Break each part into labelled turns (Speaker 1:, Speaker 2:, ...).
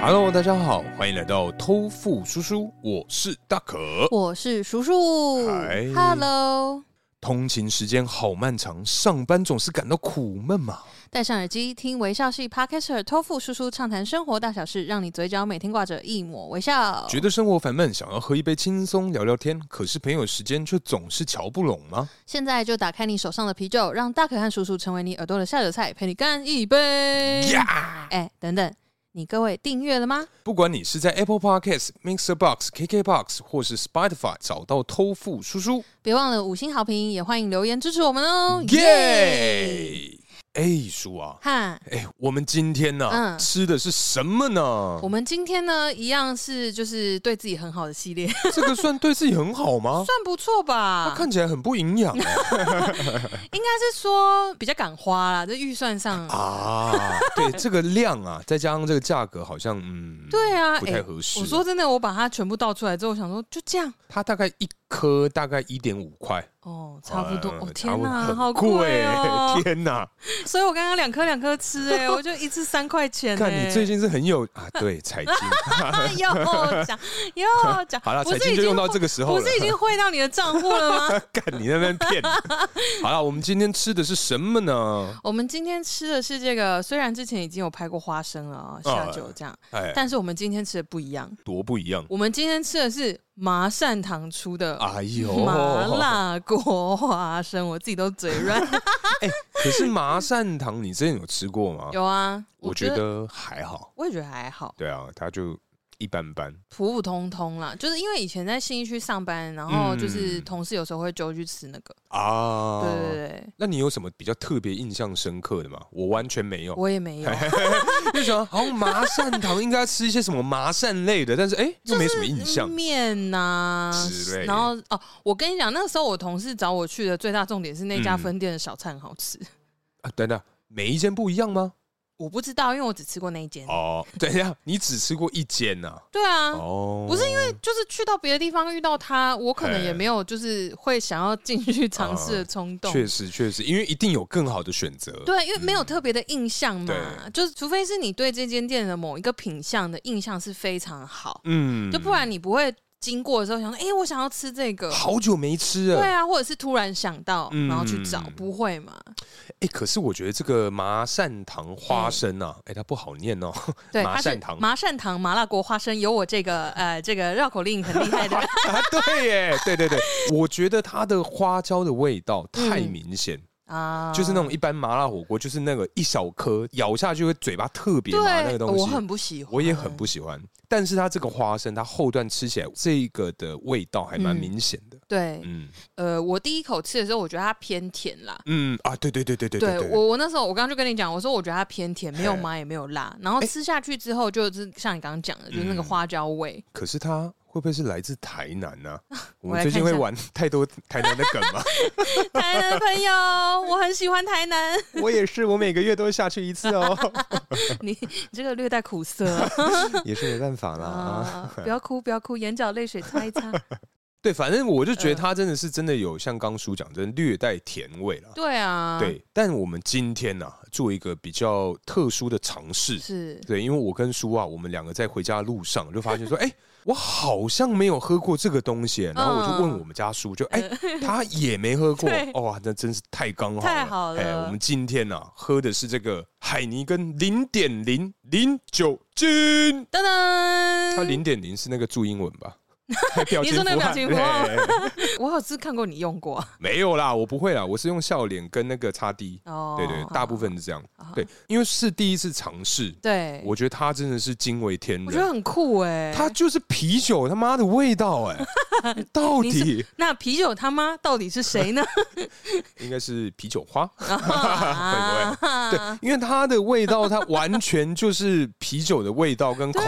Speaker 1: Hello，大家好，欢迎来到偷富叔叔，我是大可。
Speaker 2: 我是叔叔
Speaker 1: 嗨
Speaker 2: ，Hello，
Speaker 1: 通勤时间好漫长，上班总是感到苦闷嘛。
Speaker 2: 戴上耳机听微笑系 Podcaster 托付叔叔畅谈生活大小事，让你嘴角每天挂着一抹微笑。
Speaker 1: 觉得生活烦闷，想要喝一杯轻松聊聊天，可是朋友时间却总是瞧不拢吗？
Speaker 2: 现在就打开你手上的啤酒，让大可和叔叔成为你耳朵的下酒菜，陪你干一杯。
Speaker 1: 呀、
Speaker 2: 哎、等等，你各位订阅了吗？
Speaker 1: 不管你是在 Apple Podcast、Mixer Box、KK Box 或是 Spotify 找到偷富叔叔，
Speaker 2: 别忘了五星好评，也欢迎留言支持我们哦。
Speaker 1: 耶！哎，叔啊，
Speaker 2: 哈，
Speaker 1: 哎，我们今天呢、
Speaker 2: 嗯
Speaker 1: 吃的是什 么呢
Speaker 2: 我？们今天呢，一样是就是对自己很好的系列，算
Speaker 1: 这个算对自己很好吗？
Speaker 2: 不错吧？
Speaker 1: 看起来很不营养哎
Speaker 2: 应该是说比较敢花啦，这预算上
Speaker 1: 啊！对这个量啊，再加上这个价格，好像嗯，
Speaker 2: 对啊，
Speaker 1: 不
Speaker 2: 哎
Speaker 1: 太合适。
Speaker 2: 我说真的，我把它全部倒出来之后，我想说就这样，
Speaker 1: 它大概一颗大概一点五块，
Speaker 2: 哦，差不多。
Speaker 1: 呃
Speaker 2: 哦，
Speaker 1: 差
Speaker 2: 天
Speaker 1: 不多
Speaker 2: 哪，
Speaker 1: 很
Speaker 2: 好
Speaker 1: 贵
Speaker 2: 哦！
Speaker 1: 天哪！
Speaker 2: 所以我刚刚两颗两颗吃，哎，我就一次三块 钱。
Speaker 1: 看你最
Speaker 2: 近
Speaker 1: 近是很有啊，对财 经。
Speaker 2: 又哦讲又讲，
Speaker 1: 好了，
Speaker 2: 不是
Speaker 1: 财经
Speaker 2: 已
Speaker 1: 就
Speaker 2: 经
Speaker 1: 用到
Speaker 2: 汇
Speaker 1: 这个时候
Speaker 2: 不
Speaker 1: 了。
Speaker 2: 是已经汇到你的账户了吗？
Speaker 1: 看你在那边 骗。好了，我们今天吃的是什么呢？
Speaker 2: 我们今天吃的是这个，虽然之前已经有拍过花生了啊，下酒这样，
Speaker 1: 哦哎，
Speaker 2: 但是我们今天吃的不一样。
Speaker 1: 多不一样。
Speaker 2: 我们今天吃的是麻善堂出的
Speaker 1: 哎呦，
Speaker 2: 麻辣锅花生，我自己都嘴 软。
Speaker 1: 可是麻善堂，你之前有吃过吗？
Speaker 2: 有啊，
Speaker 1: 我觉得还好。
Speaker 2: 我也觉得还好，
Speaker 1: 对啊，它就一般般。
Speaker 2: 普普通通啦。就是因为以前在信义区上班，然后
Speaker 1: 嗯
Speaker 2: 就是同事有时候会揪去吃那个，
Speaker 1: 啊，
Speaker 2: 对对对，
Speaker 1: 那你有什么比较特别印象深刻的吗？我完全没有，
Speaker 2: 我也没有。
Speaker 1: 就想好像麻善堂应该吃一些什么麻善类的，但是哎、又没什么印象。
Speaker 2: 嗯面呐、
Speaker 1: 之类的
Speaker 2: 然后哦，我跟你讲，那个时候我同事找我去的最大重点是那家
Speaker 1: 嗯
Speaker 2: 分店的小菜很好吃。
Speaker 1: 啊、等等，每一间不一样吗？
Speaker 2: 我不知道，因为我只吃过那一间。
Speaker 1: 哦，等一下，你只吃过一间呐、
Speaker 2: 对嗯啊，
Speaker 1: 哦，
Speaker 2: 不是因为就是去到别的地方遇到他，我可能
Speaker 1: 哎
Speaker 2: 也没有就是会想要进去尝试的冲动。
Speaker 1: 确实确实，因为一定有更好的选择。
Speaker 2: 对，因为没有特别的印象嘛，
Speaker 1: 嗯对
Speaker 2: 就是除非是你对这间店的某一个品相的印象是非常好，
Speaker 1: 嗯
Speaker 2: 就不然你不会经过的时候想说，哎、我想要吃这个，
Speaker 1: 好久没吃
Speaker 2: 对
Speaker 1: 了。哎、
Speaker 2: 啊，或者是突然想到，
Speaker 1: 嗯
Speaker 2: 然后去找，不会嘛？
Speaker 1: 可是我觉得这个麻善堂花生
Speaker 2: 嗯
Speaker 1: 啊，哎、它不好念哦。
Speaker 2: 对，
Speaker 1: 麻
Speaker 2: 它
Speaker 1: 善
Speaker 2: 是
Speaker 1: 堂
Speaker 2: 麻善堂麻辣锅花生，有我这个呃这个绕口令很厉害 的
Speaker 1: 啊，对耶，对对对，我觉得它的花椒的味道太
Speaker 2: 嗯
Speaker 1: 明显。
Speaker 2: 啊，
Speaker 1: 就是那种一般麻辣火锅，就是那个一小颗，咬下去会嘴巴特别麻那
Speaker 2: 对
Speaker 1: 个，东西，
Speaker 2: 我很不喜欢，
Speaker 1: 我也很不喜欢。但是它这个花生，它后段吃起来这个的味道还蛮明显的。
Speaker 2: 对，
Speaker 1: 嗯
Speaker 2: 呃，我第一口吃的时候，我觉得它偏甜啦。
Speaker 1: 嗯啊，对对对对对
Speaker 2: 对
Speaker 1: 对，
Speaker 2: 我，我那时候我刚刚就跟你讲，我说我觉得它偏甜，没有
Speaker 1: 嘿哎
Speaker 2: 麻也没有辣，然后吃下去之后就是像你刚刚讲的，就是那个
Speaker 1: 嗯
Speaker 2: 花椒味。
Speaker 1: 可是它。会不会是来自台南呢、啊？我
Speaker 2: 我
Speaker 1: 们
Speaker 2: 来
Speaker 1: 最近
Speaker 2: 看一
Speaker 1: 会
Speaker 2: 下
Speaker 1: 玩太多台南的梗 吗？
Speaker 2: 台南的朋友，我很喜欢台南，
Speaker 1: 我也是，我每个月都会下去一次哦，
Speaker 2: 你你这个略带苦涩啊
Speaker 1: 也是没办法啦。啊
Speaker 2: 啊！不要哭，不要哭，眼角泪水擦一 擦。
Speaker 1: 对，反正我就觉
Speaker 2: 呃
Speaker 1: 得它真的是真的有像刚叔讲，真的略带甜味啦。
Speaker 2: 对啊，，
Speaker 1: 对，但我们今天呢、做一个比较特殊的尝试。
Speaker 2: 是
Speaker 1: 对，因为我跟叔啊，我们两个在回家的路上就发现说，哎、我好像没有喝过这个东西耶。然后我就问我们家叔，就哎、他也没喝过
Speaker 2: 嗯
Speaker 1: 哦
Speaker 2: 对。
Speaker 1: 哇，那真是太刚好了。
Speaker 2: 太好了
Speaker 1: 哎、我们今天呢、喝的是这个海尼根零点零零酒精。
Speaker 2: 噔
Speaker 1: 它
Speaker 2: 噔，
Speaker 1: 零点零是那个注英文吧？表
Speaker 2: 你
Speaker 1: 情
Speaker 2: 说
Speaker 1: 符
Speaker 2: 那个表
Speaker 1: 号
Speaker 2: 情符
Speaker 1: 对
Speaker 2: 号我好似看过你用过
Speaker 1: 没有啦，我不会啦，我是用笑脸跟那个擦滴。
Speaker 2: 哦
Speaker 1: 对对，大部分是这样
Speaker 2: 好。
Speaker 1: 对，因为是第一次尝试，
Speaker 2: 对，
Speaker 1: 我觉得他真的是惊为天
Speaker 2: 我觉得
Speaker 1: 人。
Speaker 2: 很酷哎、
Speaker 1: 他就是啤酒他妈的味道哎、 到
Speaker 2: 你是
Speaker 1: 底
Speaker 2: 那啤酒他妈到底是谁 呢？
Speaker 1: 应该是啤酒花，
Speaker 2: 啊
Speaker 1: 对，因为它的味道，它完全就是啤酒的味道跟口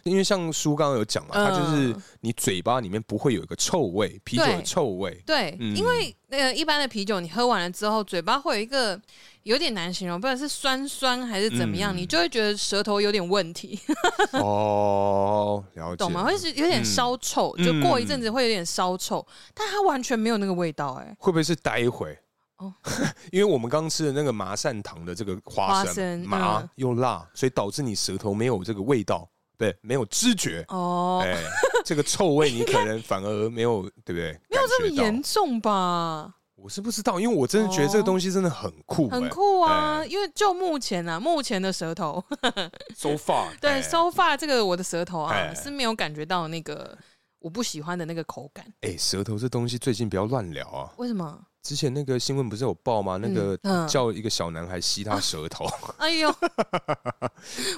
Speaker 2: 对。
Speaker 1: 因为像叔刚刚有讲嘛，它就是
Speaker 2: 嗯
Speaker 1: 你嘴巴里面不会有一个臭味，啤酒的臭 味。
Speaker 2: 对，
Speaker 1: 嗯
Speaker 2: 因为呃，一般的啤酒你喝完了之后，嘴巴会有一个有点难形容，不管是酸酸还是怎么样，
Speaker 1: 嗯
Speaker 2: 你就会觉得舌头有点问题，
Speaker 1: 哦，了解。
Speaker 2: 懂吗？会是有点烧臭，
Speaker 1: 嗯
Speaker 2: 就过一阵子会有点烧臭，但它完全没有那个味道、哎，
Speaker 1: 会不会是待会？
Speaker 2: 哦
Speaker 1: 因为我们刚吃的那个麻善堂的这个花
Speaker 2: 花
Speaker 1: 生
Speaker 2: 生
Speaker 1: 麻、
Speaker 2: 嗯
Speaker 1: 又辣，所以导致你舌头没有这个味道，对，没有知觉，
Speaker 2: 哦，
Speaker 1: 哎、这个臭味你可能反而没有，对不对？
Speaker 2: 没
Speaker 1: 没
Speaker 2: 有这么严重吧？
Speaker 1: 我是不知道，因为我真的觉得这个东西真的很酷、
Speaker 2: 很
Speaker 1: 哎
Speaker 2: 酷啊！
Speaker 1: 哎
Speaker 2: 因为就目前啊，目前的舌头，
Speaker 1: ，so far，
Speaker 2: 对
Speaker 1: 哎
Speaker 2: so far 这个我的舌头啊
Speaker 1: 哎
Speaker 2: 是没有感觉到那个我不喜欢的那个口感，
Speaker 1: 哎、舌头这东西最近不要乱聊啊！
Speaker 2: 为什么？
Speaker 1: 之前那个新闻不是有报吗？那个
Speaker 2: 嗯嗯
Speaker 1: 叫一个小男孩吸他舌 头，
Speaker 2: 哎呦，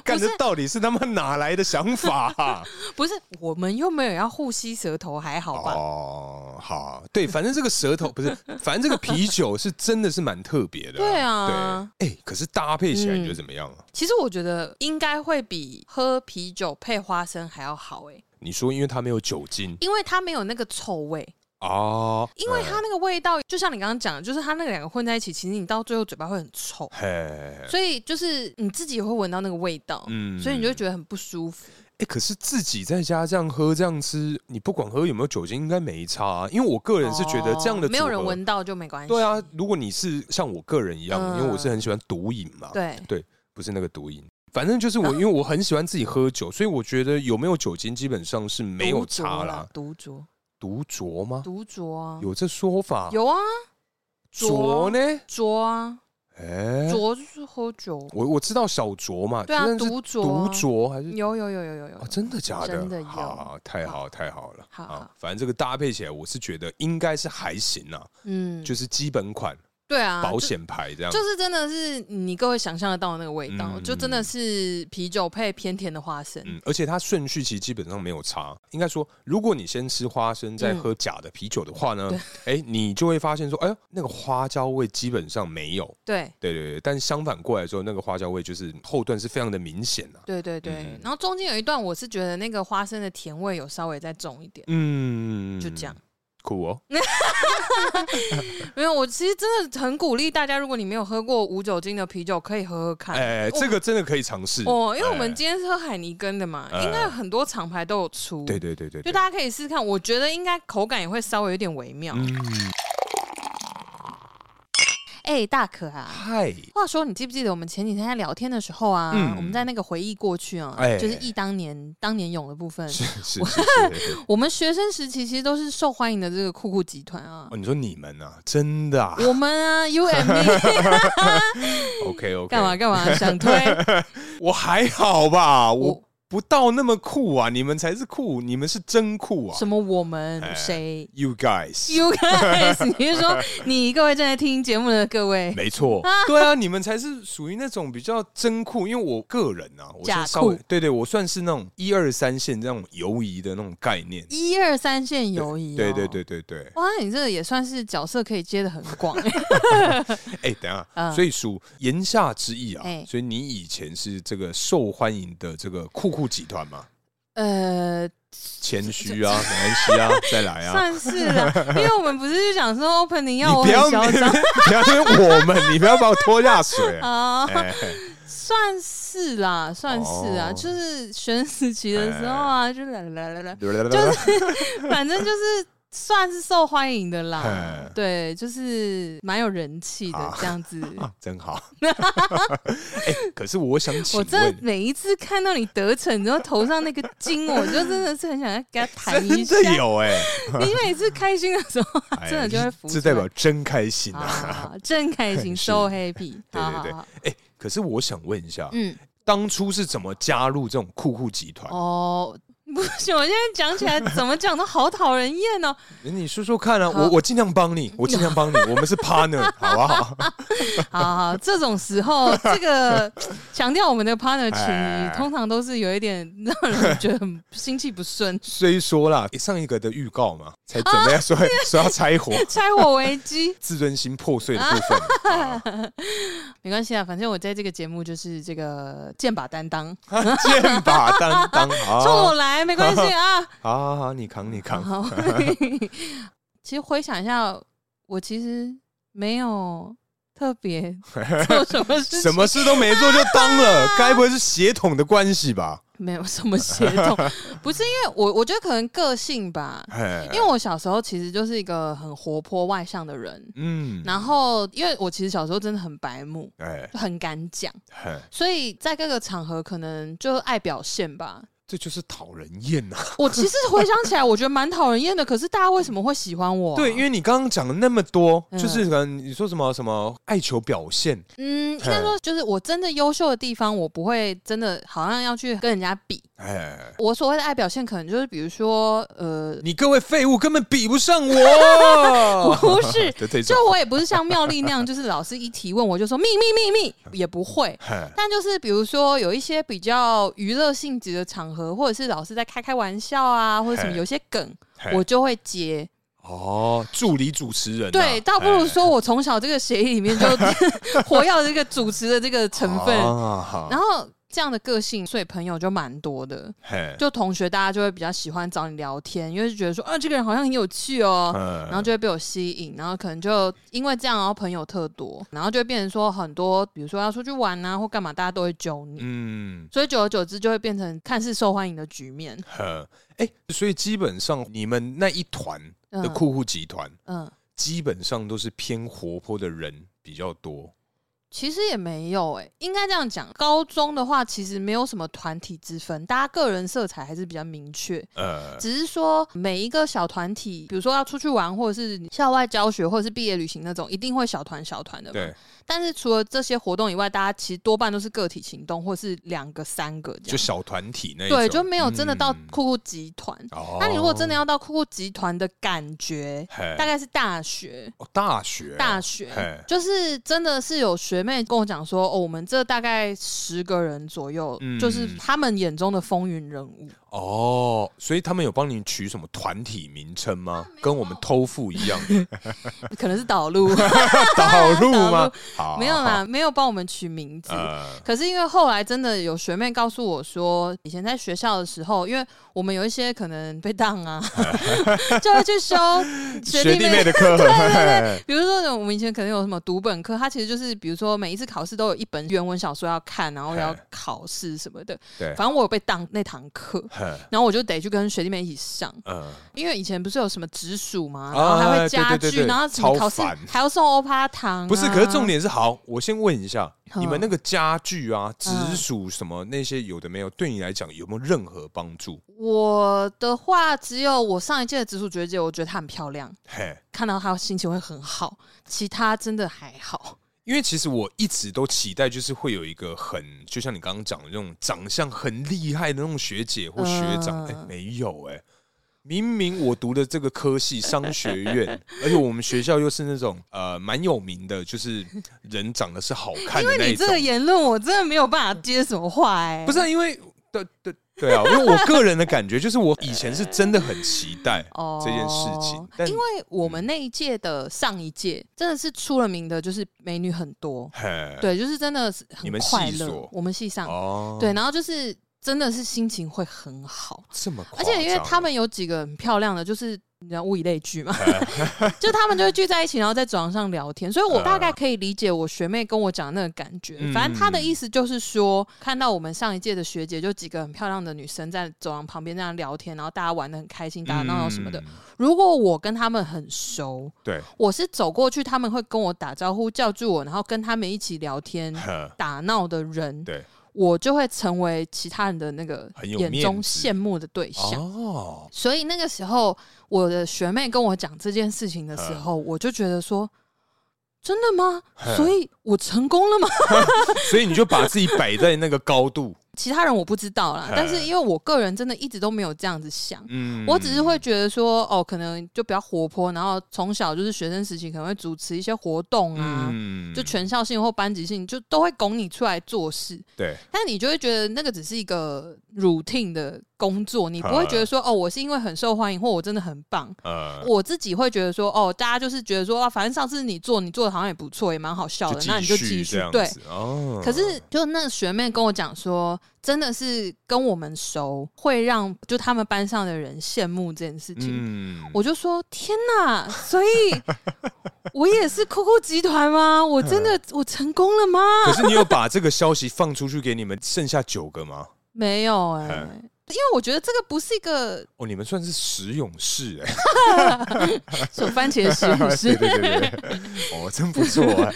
Speaker 1: 干
Speaker 2: 不是
Speaker 1: 这到底是他妈哪来的想法、啊？
Speaker 2: 不是，我们又没有要互吸舌头，还好吧？
Speaker 1: 哦，好，对，反正这个舌头 不是，反正这个啤酒是真的是蛮特别的、
Speaker 2: 对啊
Speaker 1: 对，哎、可是搭配起来
Speaker 2: 嗯
Speaker 1: 你觉得怎么样啊？
Speaker 2: 其实我觉得应该会比喝啤酒配花生还要好诶、
Speaker 1: 你说，因为它没有酒精
Speaker 2: 因为它没有那个臭味，
Speaker 1: 哦，
Speaker 2: 因为它那个味道，就像你刚刚讲的，就是它那个两个混在一起，其实你到最后嘴巴会很臭，
Speaker 1: 哎，嘿，
Speaker 2: 所以就是你自己也会闻到那个味道，
Speaker 1: 嗯
Speaker 2: 所以你就会觉得很不舒服。
Speaker 1: 哎、可是自己在家这样喝这样吃，你不管喝有没有酒精，应该没差、啊，因为我个人是觉得这样的、
Speaker 2: 哦没有人。闻到就没关系。
Speaker 1: 对啊，如果你是像我个人一样，
Speaker 2: 嗯
Speaker 1: 因为我是很喜欢毒瘾嘛，
Speaker 2: 对，嗯
Speaker 1: 不是那个毒瘾，反正就是我，因为我很喜欢自己喝酒，所以我觉得有没有酒精基本上是没有差啦。
Speaker 2: 独酌，
Speaker 1: 毒浊吗？
Speaker 2: 独酌啊，
Speaker 1: 有这说法？
Speaker 2: 有啊，
Speaker 1: 浊呢？
Speaker 2: 酌啊，
Speaker 1: 哎，
Speaker 2: 酌就是喝酒，
Speaker 1: 我我知道小浊嘛，
Speaker 2: 对啊
Speaker 1: 但是
Speaker 2: 毒浊
Speaker 1: 毒
Speaker 2: 啊
Speaker 1: 浊还是
Speaker 2: 有有有有有有
Speaker 1: 啊，，真的假的？
Speaker 2: 真的有
Speaker 1: 好，太好太好了。
Speaker 2: 好
Speaker 1: 啊
Speaker 2: 好，
Speaker 1: 反正这个搭配起来，我是觉得应该是还行啊，
Speaker 2: 嗯，
Speaker 1: 就是基本款
Speaker 2: 对啊，
Speaker 1: 保
Speaker 2: 就
Speaker 1: 险牌这样
Speaker 2: 就。是真的是你各位想象得到的那个味道，
Speaker 1: 嗯
Speaker 2: 就真的是啤酒配偏甜的花生。
Speaker 1: 嗯，而且它顺序其实基本上没有差。应该说，如果你先吃花生，再
Speaker 2: 嗯
Speaker 1: 喝假的啤酒的话呢，哎、你就会发现说，哎呦，那个花椒味基本上没有。
Speaker 2: 对
Speaker 1: 对对对，但相反过来说，那个花椒味就是后段是非常的明显啊。
Speaker 2: 对对对，
Speaker 1: 嗯
Speaker 2: 然后中间有一段我是觉得那个花生的甜味有稍微再重一点，
Speaker 1: 嗯，
Speaker 2: 就这样。
Speaker 1: 酷哦。
Speaker 2: 没有，我其实真的很鼓励大家，如果你没有喝过无酒精的啤酒，可以喝喝看。
Speaker 1: 哎、
Speaker 2: 我
Speaker 1: 这个真的可以尝试
Speaker 2: 啊哦，因为我们
Speaker 1: 哎
Speaker 2: 今天是喝海尼根的嘛，
Speaker 1: 哎
Speaker 2: 应该有很多厂牌都有出。
Speaker 1: 对对对对
Speaker 2: 就
Speaker 1: 对，
Speaker 2: 大家可以试试看，我觉得应该口感也会稍微有点微妙。
Speaker 1: 嗯，
Speaker 2: 哎、大可 啊，
Speaker 1: 嗨，
Speaker 2: 话说，你记不记得我们前几天在聊天的时候啊，
Speaker 1: 嗯
Speaker 2: 我们在那个回忆过去啊，
Speaker 1: 哎
Speaker 2: 就是忆当年当年勇的部分。
Speaker 1: 是是是是是，
Speaker 2: 我们学生时期其实都是受欢迎的这个酷酷集团啊
Speaker 1: 哦，，你说你们啊，真的啊
Speaker 2: 我们啊，U M E
Speaker 1: ，OK OK，
Speaker 2: 干嘛？干嘛想推
Speaker 1: 我还好吧， 我
Speaker 2: 我
Speaker 1: 不到那么酷啊，你们才是酷，你们是真酷啊
Speaker 2: 什么我们
Speaker 1: 哎
Speaker 2: 谁
Speaker 1: ，You guys，
Speaker 2: ？You guys，你是说你各位正在听节目的各 位
Speaker 1: 没错，对啊，你们才是属于那种比较真酷，因为我个人啊，我
Speaker 2: 假
Speaker 1: 是稍微
Speaker 2: 酷
Speaker 1: 对对，我算是那种一二三线这种游移的那种概念，
Speaker 2: 一二三线游移、哦？
Speaker 1: 对对。对对对，
Speaker 2: 哇，你这个也算是角色可以接的很 广、
Speaker 1: 哎，等一下，
Speaker 2: 嗯
Speaker 1: 所以属言下之意啊
Speaker 2: 哎，
Speaker 1: 所以你以前是这个受欢迎的这个酷酷集团嘛，
Speaker 2: 呃，
Speaker 1: 谦虚啊，没关系啊，再来啊，
Speaker 2: 算是 啦，因为我们不是就讲说 opening
Speaker 1: 你
Speaker 2: 要我
Speaker 1: 不
Speaker 2: 很
Speaker 1: 要
Speaker 2: 嚣
Speaker 1: 你
Speaker 2: 张
Speaker 1: 不要跟我们，你不要把我拖下 水。
Speaker 2: 啊，
Speaker 1: 哎
Speaker 2: 算是啦，算是啊，
Speaker 1: 哦哎
Speaker 2: 就是学生时期的时候啊，就来来来来，
Speaker 1: 就是
Speaker 2: 反正就是算是受欢迎的 啦
Speaker 1: 哎，
Speaker 2: 对，就是蛮有人气的
Speaker 1: 啊
Speaker 2: 这样 子。
Speaker 1: 真好。哎，可是我想请
Speaker 2: 我真
Speaker 1: 问
Speaker 2: 的，每一次看到你得逞之后头上那个筋，我就真的是很想要给他弹一
Speaker 1: 真
Speaker 2: 下。
Speaker 1: 的有哎，
Speaker 2: 你每次开心的时候，
Speaker 1: 哎呀
Speaker 2: 真的就会 浮出
Speaker 1: 这
Speaker 2: 来。
Speaker 1: 代表真开心
Speaker 2: 好
Speaker 1: 啊。
Speaker 2: 好好真开心
Speaker 1: 是
Speaker 2: ，so happy。
Speaker 1: 对
Speaker 2: 好好
Speaker 1: 对
Speaker 2: 好，
Speaker 1: 哎，可是我想问一下，
Speaker 2: 嗯，
Speaker 1: 当初是怎么加入这种酷酷集团？
Speaker 2: 哦，问不行，我现在讲起来怎么讲都好讨人厌哦。
Speaker 1: 你说说看啊，
Speaker 2: 好
Speaker 1: 我我尽量帮你，我尽量帮你，我们是 partner，好不好？
Speaker 2: 好好好，这种时候，这 个强调我们的 partner 情
Speaker 1: 哎，
Speaker 2: 谊，通常都是有一点让人觉得很心气不顺
Speaker 1: 虽说啦，上一个的预告嘛，才准备要
Speaker 2: 啊
Speaker 1: 说、 说要拆伙，
Speaker 2: 拆伙危机。
Speaker 1: 自尊心破碎的部分，啊
Speaker 2: 没关系啊，反正我在这个节目就是这个剑拔担当，
Speaker 1: 剑拔 担当
Speaker 2: 冲
Speaker 1: 啊
Speaker 2: 我来没关系 啊。
Speaker 1: 好好好，你扛你扛，
Speaker 2: 好， 其实回想一下，我其实没有特 别做什么事情，
Speaker 1: 什么事都没做就当 了，该不会是血统的关系吧？
Speaker 2: 没有什么协 同，不是因为我我觉得可能个性吧，
Speaker 1: 哎
Speaker 2: 因为，我小时候其实就是一个很活泼外向的人，
Speaker 1: 嗯，
Speaker 2: 然后因为我其实小时候真的很白目，
Speaker 1: 哎
Speaker 2: 就很敢讲，
Speaker 1: 哎，
Speaker 2: 所以在各个场合可能就爱表现吧。
Speaker 1: 这就是讨人厌啊呐。
Speaker 2: 我 其实回想起来，我觉得蛮讨人厌的，可是大家为什么会喜欢我啊、
Speaker 1: 对，因为你刚刚讲了那么多，
Speaker 2: 嗯
Speaker 1: 就是可能你说什么什么爱求表现，
Speaker 2: 嗯，应该说就是我真的优秀的地方，我不会真的好像要去跟人家比。
Speaker 1: 哎，
Speaker 2: 我所谓的爱表现，可能就是比如说，呃，
Speaker 1: 你各位废物根本比不上我。
Speaker 2: 不是
Speaker 1: 的这种
Speaker 2: 就我也不是像妙丽那样，就是老师一提问我就说秘密秘
Speaker 1: 嗯
Speaker 2: 密，也不会。
Speaker 1: 哎
Speaker 2: 但就是比如说有一些比较娱乐性质的场合，或者是老师在开开玩笑啊，或者什么
Speaker 1: 嘿
Speaker 2: 有些梗，
Speaker 1: 嘿
Speaker 2: 我就会接。
Speaker 1: 哦，助理主持人啊、
Speaker 2: 对，倒不如
Speaker 1: 哎
Speaker 2: 说我从小这个协议里面就 活要这个主持的这个成分，
Speaker 1: 啊好
Speaker 2: 然后这样的个性，所以朋友就蛮多的。
Speaker 1: 嘿
Speaker 2: 就同学大家就会比较喜欢找你聊天，因为就觉得说啊这个人好像很有趣哦，
Speaker 1: 嗯
Speaker 2: 然后就会被我吸引，然后可能就因为这样，然后朋友特多，然后就会变成说很多，比如说要出去玩啊或干嘛，大家都会揪你，
Speaker 1: 嗯。
Speaker 2: 所以久而久之就会变成看似受欢迎的局面。
Speaker 1: 呵，哎、所以基本上你们那一团的
Speaker 2: 嗯
Speaker 1: 库户集团，
Speaker 2: 嗯，
Speaker 1: 基本上都是偏活泼的人比较多。
Speaker 2: 其实也没有诶、应该这样讲，高中的话其实没有什么团体之分，大家个人色彩还是比较明确。
Speaker 1: 呃，
Speaker 2: 只是说每一个小团体，比如说要出去玩，或者是校外教学，或者是毕业旅行那种，一定会小团小团的。。
Speaker 1: 对，
Speaker 2: 但是除了这些活动以外，大家其实多半都是个体行动，或是两个、三个这
Speaker 1: 就
Speaker 2: 样。
Speaker 1: 小团体那一
Speaker 2: 对，就
Speaker 1: 种
Speaker 2: 没有真的到
Speaker 1: 嗯
Speaker 2: 酷酷集团。
Speaker 1: 哦
Speaker 2: 那你如果真的要到酷酷集团的感觉，
Speaker 1: 嘿
Speaker 2: 大概是大学。
Speaker 1: 哦大学啊
Speaker 2: 大学
Speaker 1: 嘿
Speaker 2: 就是真的是有学妹跟我讲说，哦，我们这大概十个人左右，
Speaker 1: 嗯
Speaker 2: 就是他们眼中的风云人 物。
Speaker 1: 哦，所以他们有帮你取什么团体名称吗？
Speaker 2: 啊
Speaker 1: 跟我们偷富一 样
Speaker 2: 可能是导 入，
Speaker 1: 导入
Speaker 2: 导
Speaker 1: 吗
Speaker 2: 入？
Speaker 1: 好，
Speaker 2: 没有
Speaker 1: 好，
Speaker 2: 啦，没有帮我们取名字。
Speaker 1: 呃，
Speaker 2: 可是因为后来真的有学妹告诉我说，以前在学校的时候，因为我们有一些可能被当 啊， 就会去修
Speaker 1: 学弟妹
Speaker 2: 妹。
Speaker 1: 的 课，
Speaker 2: 比如说，我们以前可能有什么读本课，它其实就是，比如说每一次考试都有一本原文小说要看，然后要
Speaker 1: 嘿
Speaker 2: 考试什么的。
Speaker 1: 对
Speaker 2: 反正我有被当那堂课，
Speaker 1: 嘿
Speaker 2: 然后我就得去跟学弟妹一起上。
Speaker 1: 呃，
Speaker 2: 因为以前不是有什么直属嘛，
Speaker 1: 啊
Speaker 2: 然后还会家
Speaker 1: 对对
Speaker 2: 具，
Speaker 1: 对对
Speaker 2: 然后什么
Speaker 1: 超
Speaker 2: 考试
Speaker 1: 烦
Speaker 2: 还要送欧趴糖、啊
Speaker 1: 不是，可是重。点是好，我先问一下，
Speaker 2: 嗯
Speaker 1: 你们那个家具啊、直属什么那些有的没有，对你来讲有没有任何帮助？
Speaker 2: 我的话，只有我上一届的直属学姐，我觉得她很漂亮，
Speaker 1: 嘿，
Speaker 2: 看到她心情会很好，其他真的还好。
Speaker 1: 因为其实我一直都期待，就是会有一个很，就像你刚刚讲的那种长相很厉害的那种学姐或学长，哎、
Speaker 2: 嗯
Speaker 1: 没有哎、明明我读的这个科系商学 院，而且我们学校又是那种呃蛮有名的，就是人长得是好看的那
Speaker 2: 你
Speaker 1: 一
Speaker 2: 这
Speaker 1: 种。
Speaker 2: 个言论，我真的没有办法接什么话哎、
Speaker 1: 不是、啊、因为对对对啊，因为我个人的感觉就是我以前是真的很期待
Speaker 2: 哦
Speaker 1: 这件事情，但嗯
Speaker 2: 因为我们那一届的上一届真的是出了名的，就是美女很多，
Speaker 1: 嘿
Speaker 2: 对，就是真的是
Speaker 1: 哎你
Speaker 2: 很
Speaker 1: 们系
Speaker 2: 快
Speaker 1: 所
Speaker 2: 乐。我们系上、
Speaker 1: 哦
Speaker 2: 对，然后就是真的是心情会很好。
Speaker 1: 这么夸
Speaker 2: 而
Speaker 1: 张，
Speaker 2: 且因为他们有几个很漂亮的，就是你知道物以类聚嘛，
Speaker 1: 哎
Speaker 2: 就他们就会聚在一起，然后在走廊上聊天，所以我大概可以理解我学妹跟我讲的那个感觉。
Speaker 1: 嗯
Speaker 2: 反正她的意思就是说，看到我们上一届的学姐，就几个很漂亮的女生在走廊旁边那样聊天，然后大家玩的很开心，打打闹闹什么的。
Speaker 1: 嗯
Speaker 2: 如果我跟他们很熟，
Speaker 1: 对，
Speaker 2: 我是走过去，他们会跟我打招呼、叫住我，然后跟他们一起聊天、
Speaker 1: 呵
Speaker 2: 打闹的人，
Speaker 1: 对
Speaker 2: 我就会成为其他人的那个
Speaker 1: 很有
Speaker 2: 眼中
Speaker 1: 面子
Speaker 2: 羡慕的对象。
Speaker 1: 哦，
Speaker 2: 所以那个时候，我的学妹跟我讲这件事情的时候，我就觉得说，真的吗
Speaker 1: 嗯？
Speaker 2: 所以我成功了吗？
Speaker 1: 所以你就把自己摆在那个高度，
Speaker 2: 其他人我不知道啦
Speaker 1: 哎，
Speaker 2: 但是因为我个人真的一直都没有这样子想。
Speaker 1: 嗯
Speaker 2: 我只是会觉得说，哦，可能就比较活泼，然后从小就是学生时期可能会主持一些活动啊，
Speaker 1: 嗯
Speaker 2: 就全校性或班级性，就都会拱你出来做事。
Speaker 1: 对，
Speaker 2: 但你就会觉得那个只是一个 routine 的工作，你不会
Speaker 1: 嗯
Speaker 2: 觉得说，哦，我是因为很受欢迎，或我真的很棒。
Speaker 1: 呃，
Speaker 2: 我自己会觉得说，哦，大家就是觉得说，啊，反正上次你做，你做的好像也不错，也蛮好笑的，那你就继续
Speaker 1: 这样
Speaker 2: 对。
Speaker 1: 子哦。
Speaker 2: 可是，就那个学妹跟我讲说，真的是跟我们熟，会让就他们班上的人羡慕这件事情。
Speaker 1: 嗯
Speaker 2: 我就说天哪，所以 我也是 QQ 集团吗？我真 的我成功了吗？
Speaker 1: 可是你有把这个消息放出去给你们剩下九个吗？
Speaker 2: 没有哎、
Speaker 1: 哎
Speaker 2: 因为我觉得这个不是一个
Speaker 1: 哦，你们算是实勇士哎、
Speaker 2: 手番茄食不
Speaker 1: 对
Speaker 2: 是？
Speaker 1: 对对对，哦，真不错哎、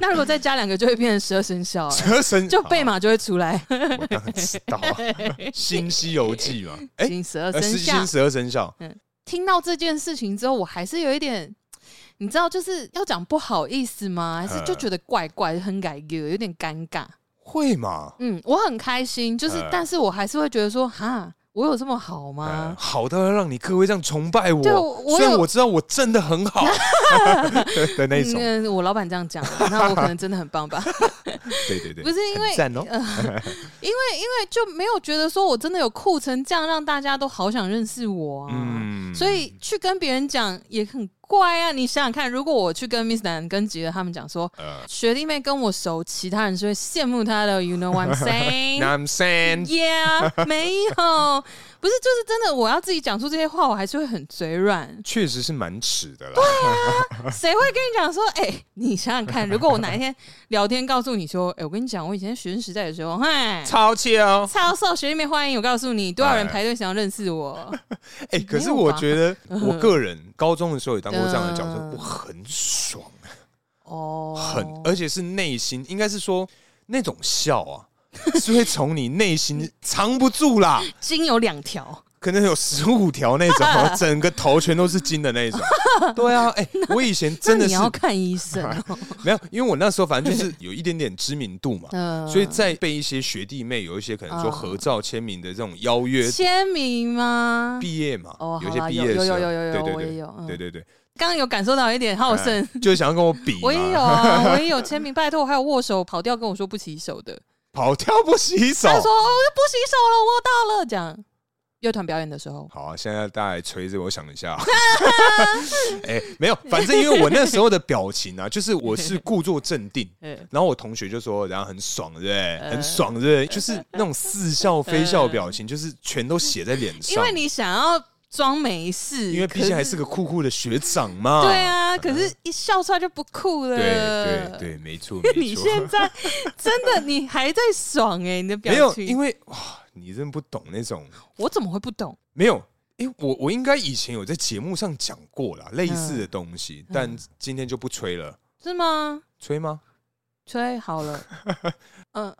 Speaker 2: 那如果再加两个，就会变成十二生肖、 哎
Speaker 1: 车神
Speaker 2: 就贝，马就会出来，
Speaker 1: 好我当然知道， 《新西游记》嘛，哎、
Speaker 2: 行十二
Speaker 1: 呃
Speaker 2: 生
Speaker 1: 是
Speaker 2: 肖
Speaker 1: 新。十二生肖，
Speaker 2: 听到这件事情之后，我还是有一点，你知道，就是要讲不好意思吗？
Speaker 1: 嗯
Speaker 2: 还是就觉得怪怪，很改丢，有点尴尬。
Speaker 1: 会嘛？
Speaker 2: 嗯，我很开心，就是，
Speaker 1: 嗯
Speaker 2: 但是我还是会觉得说，哈，我有这么好
Speaker 1: 嗯
Speaker 2: 吗？
Speaker 1: 好到要让你各位这样崇拜我，
Speaker 2: 对啊我
Speaker 1: 虽然
Speaker 2: 有
Speaker 1: 我知道我真的 很好的的那种，
Speaker 2: 嗯，我老板这样讲，那我可能真的很棒 吧？
Speaker 1: 对对对，
Speaker 2: 不是因为呃
Speaker 1: 很赞哦，
Speaker 2: 因为因为就没有觉得说我真的有酷成这样，让大家都好想认识我啊。
Speaker 1: 嗯
Speaker 2: 所以去跟别人讲也很怪啊！你想想看，如果我去跟 Miss 南跟吉儿他们讲说，
Speaker 1: 呃
Speaker 2: 学弟妹跟我熟，其他人是会羡慕他的。You know what I'm saying?
Speaker 1: ，I'm
Speaker 2: 嗯
Speaker 1: saying，。
Speaker 2: yeah，没有，不是，就是真的，我要自己讲出这些话，我还是会很嘴软
Speaker 1: 确实是蛮耻的啦，
Speaker 2: 啊谁会跟你讲说，哎、你想想看，如果我哪一天聊天告诉你说，哎、我跟你讲，我以前学生时代的时候，嗨，
Speaker 1: 超气 哦，
Speaker 2: 超受学弟妹欢迎，我告诉你，多少人排队想要认识我，
Speaker 1: 哎、可是
Speaker 2: 没有
Speaker 1: 我
Speaker 2: 吧
Speaker 1: 觉得我个人高中的时候也当过这样的角色
Speaker 2: 嗯，
Speaker 1: 我很爽，
Speaker 2: 哦，
Speaker 1: 很，而且是内心，应该是说那种笑啊，是会从你内心藏不住啦，
Speaker 2: 筋有两条，
Speaker 1: 可能有十五条那 种，整个头全都是筋的那种。对啊，哎、我以前真
Speaker 2: 那
Speaker 1: 的
Speaker 2: 你
Speaker 1: 是
Speaker 2: 要看医生哦，
Speaker 1: 没有，因为我那时候反正就是有一点点知名度嘛。
Speaker 2: 嗯
Speaker 1: 所以在被一些学弟妹有一些可能说
Speaker 2: 嗯
Speaker 1: 合照签名的这种邀约，
Speaker 2: 签名吗？
Speaker 1: 毕业嘛，
Speaker 2: 哦
Speaker 1: 有一些
Speaker 2: 好啦
Speaker 1: 毕业的
Speaker 2: 有有
Speaker 1: 时候，
Speaker 2: 有有有
Speaker 1: 对对
Speaker 2: 我也
Speaker 1: 对
Speaker 2: 有嗯
Speaker 1: 对哎对对，
Speaker 2: 刚刚有感受到一点好胜，
Speaker 1: 就是想要跟我比嘛，
Speaker 2: 我也有啊，我也有签名，拜托，我还有握手跑掉跟我说不洗手 的，
Speaker 1: 跑跳不洗手
Speaker 2: 他。说哦不洗手了，我握到了，这样。乐团表演的时候，
Speaker 1: 好、啊，现在大家来吹这个，我想一下、 啊。哎、没有，反正因为我那时候的表情啊，就是我是故作镇定，
Speaker 2: 嗯
Speaker 1: 然后我同学就说，然后很爽，对不对？
Speaker 2: 呃
Speaker 1: 很爽，对不对？就是那种似笑非笑 表情，就是全都写在脸上。
Speaker 2: 因为，你想要装没事，
Speaker 1: 因为毕
Speaker 2: 可
Speaker 1: 竟还是个酷酷的学长嘛。嗯
Speaker 2: 对啊，可是一笑出来就不酷了。
Speaker 1: 对，对对。没错，没
Speaker 2: 你
Speaker 1: 错。
Speaker 2: 现 在真的你还在爽哎、你的
Speaker 1: 没有
Speaker 2: 表，情，
Speaker 1: 因为哇，你真不懂那种
Speaker 2: 我怎么会不懂？
Speaker 1: 没有。哎、我我应该以前有在节目上讲过
Speaker 2: 嗯
Speaker 1: 啦，类似的东西，但今天就不吹了，
Speaker 2: 是吗？
Speaker 1: 吹吗？
Speaker 2: 吹好 了，嗯、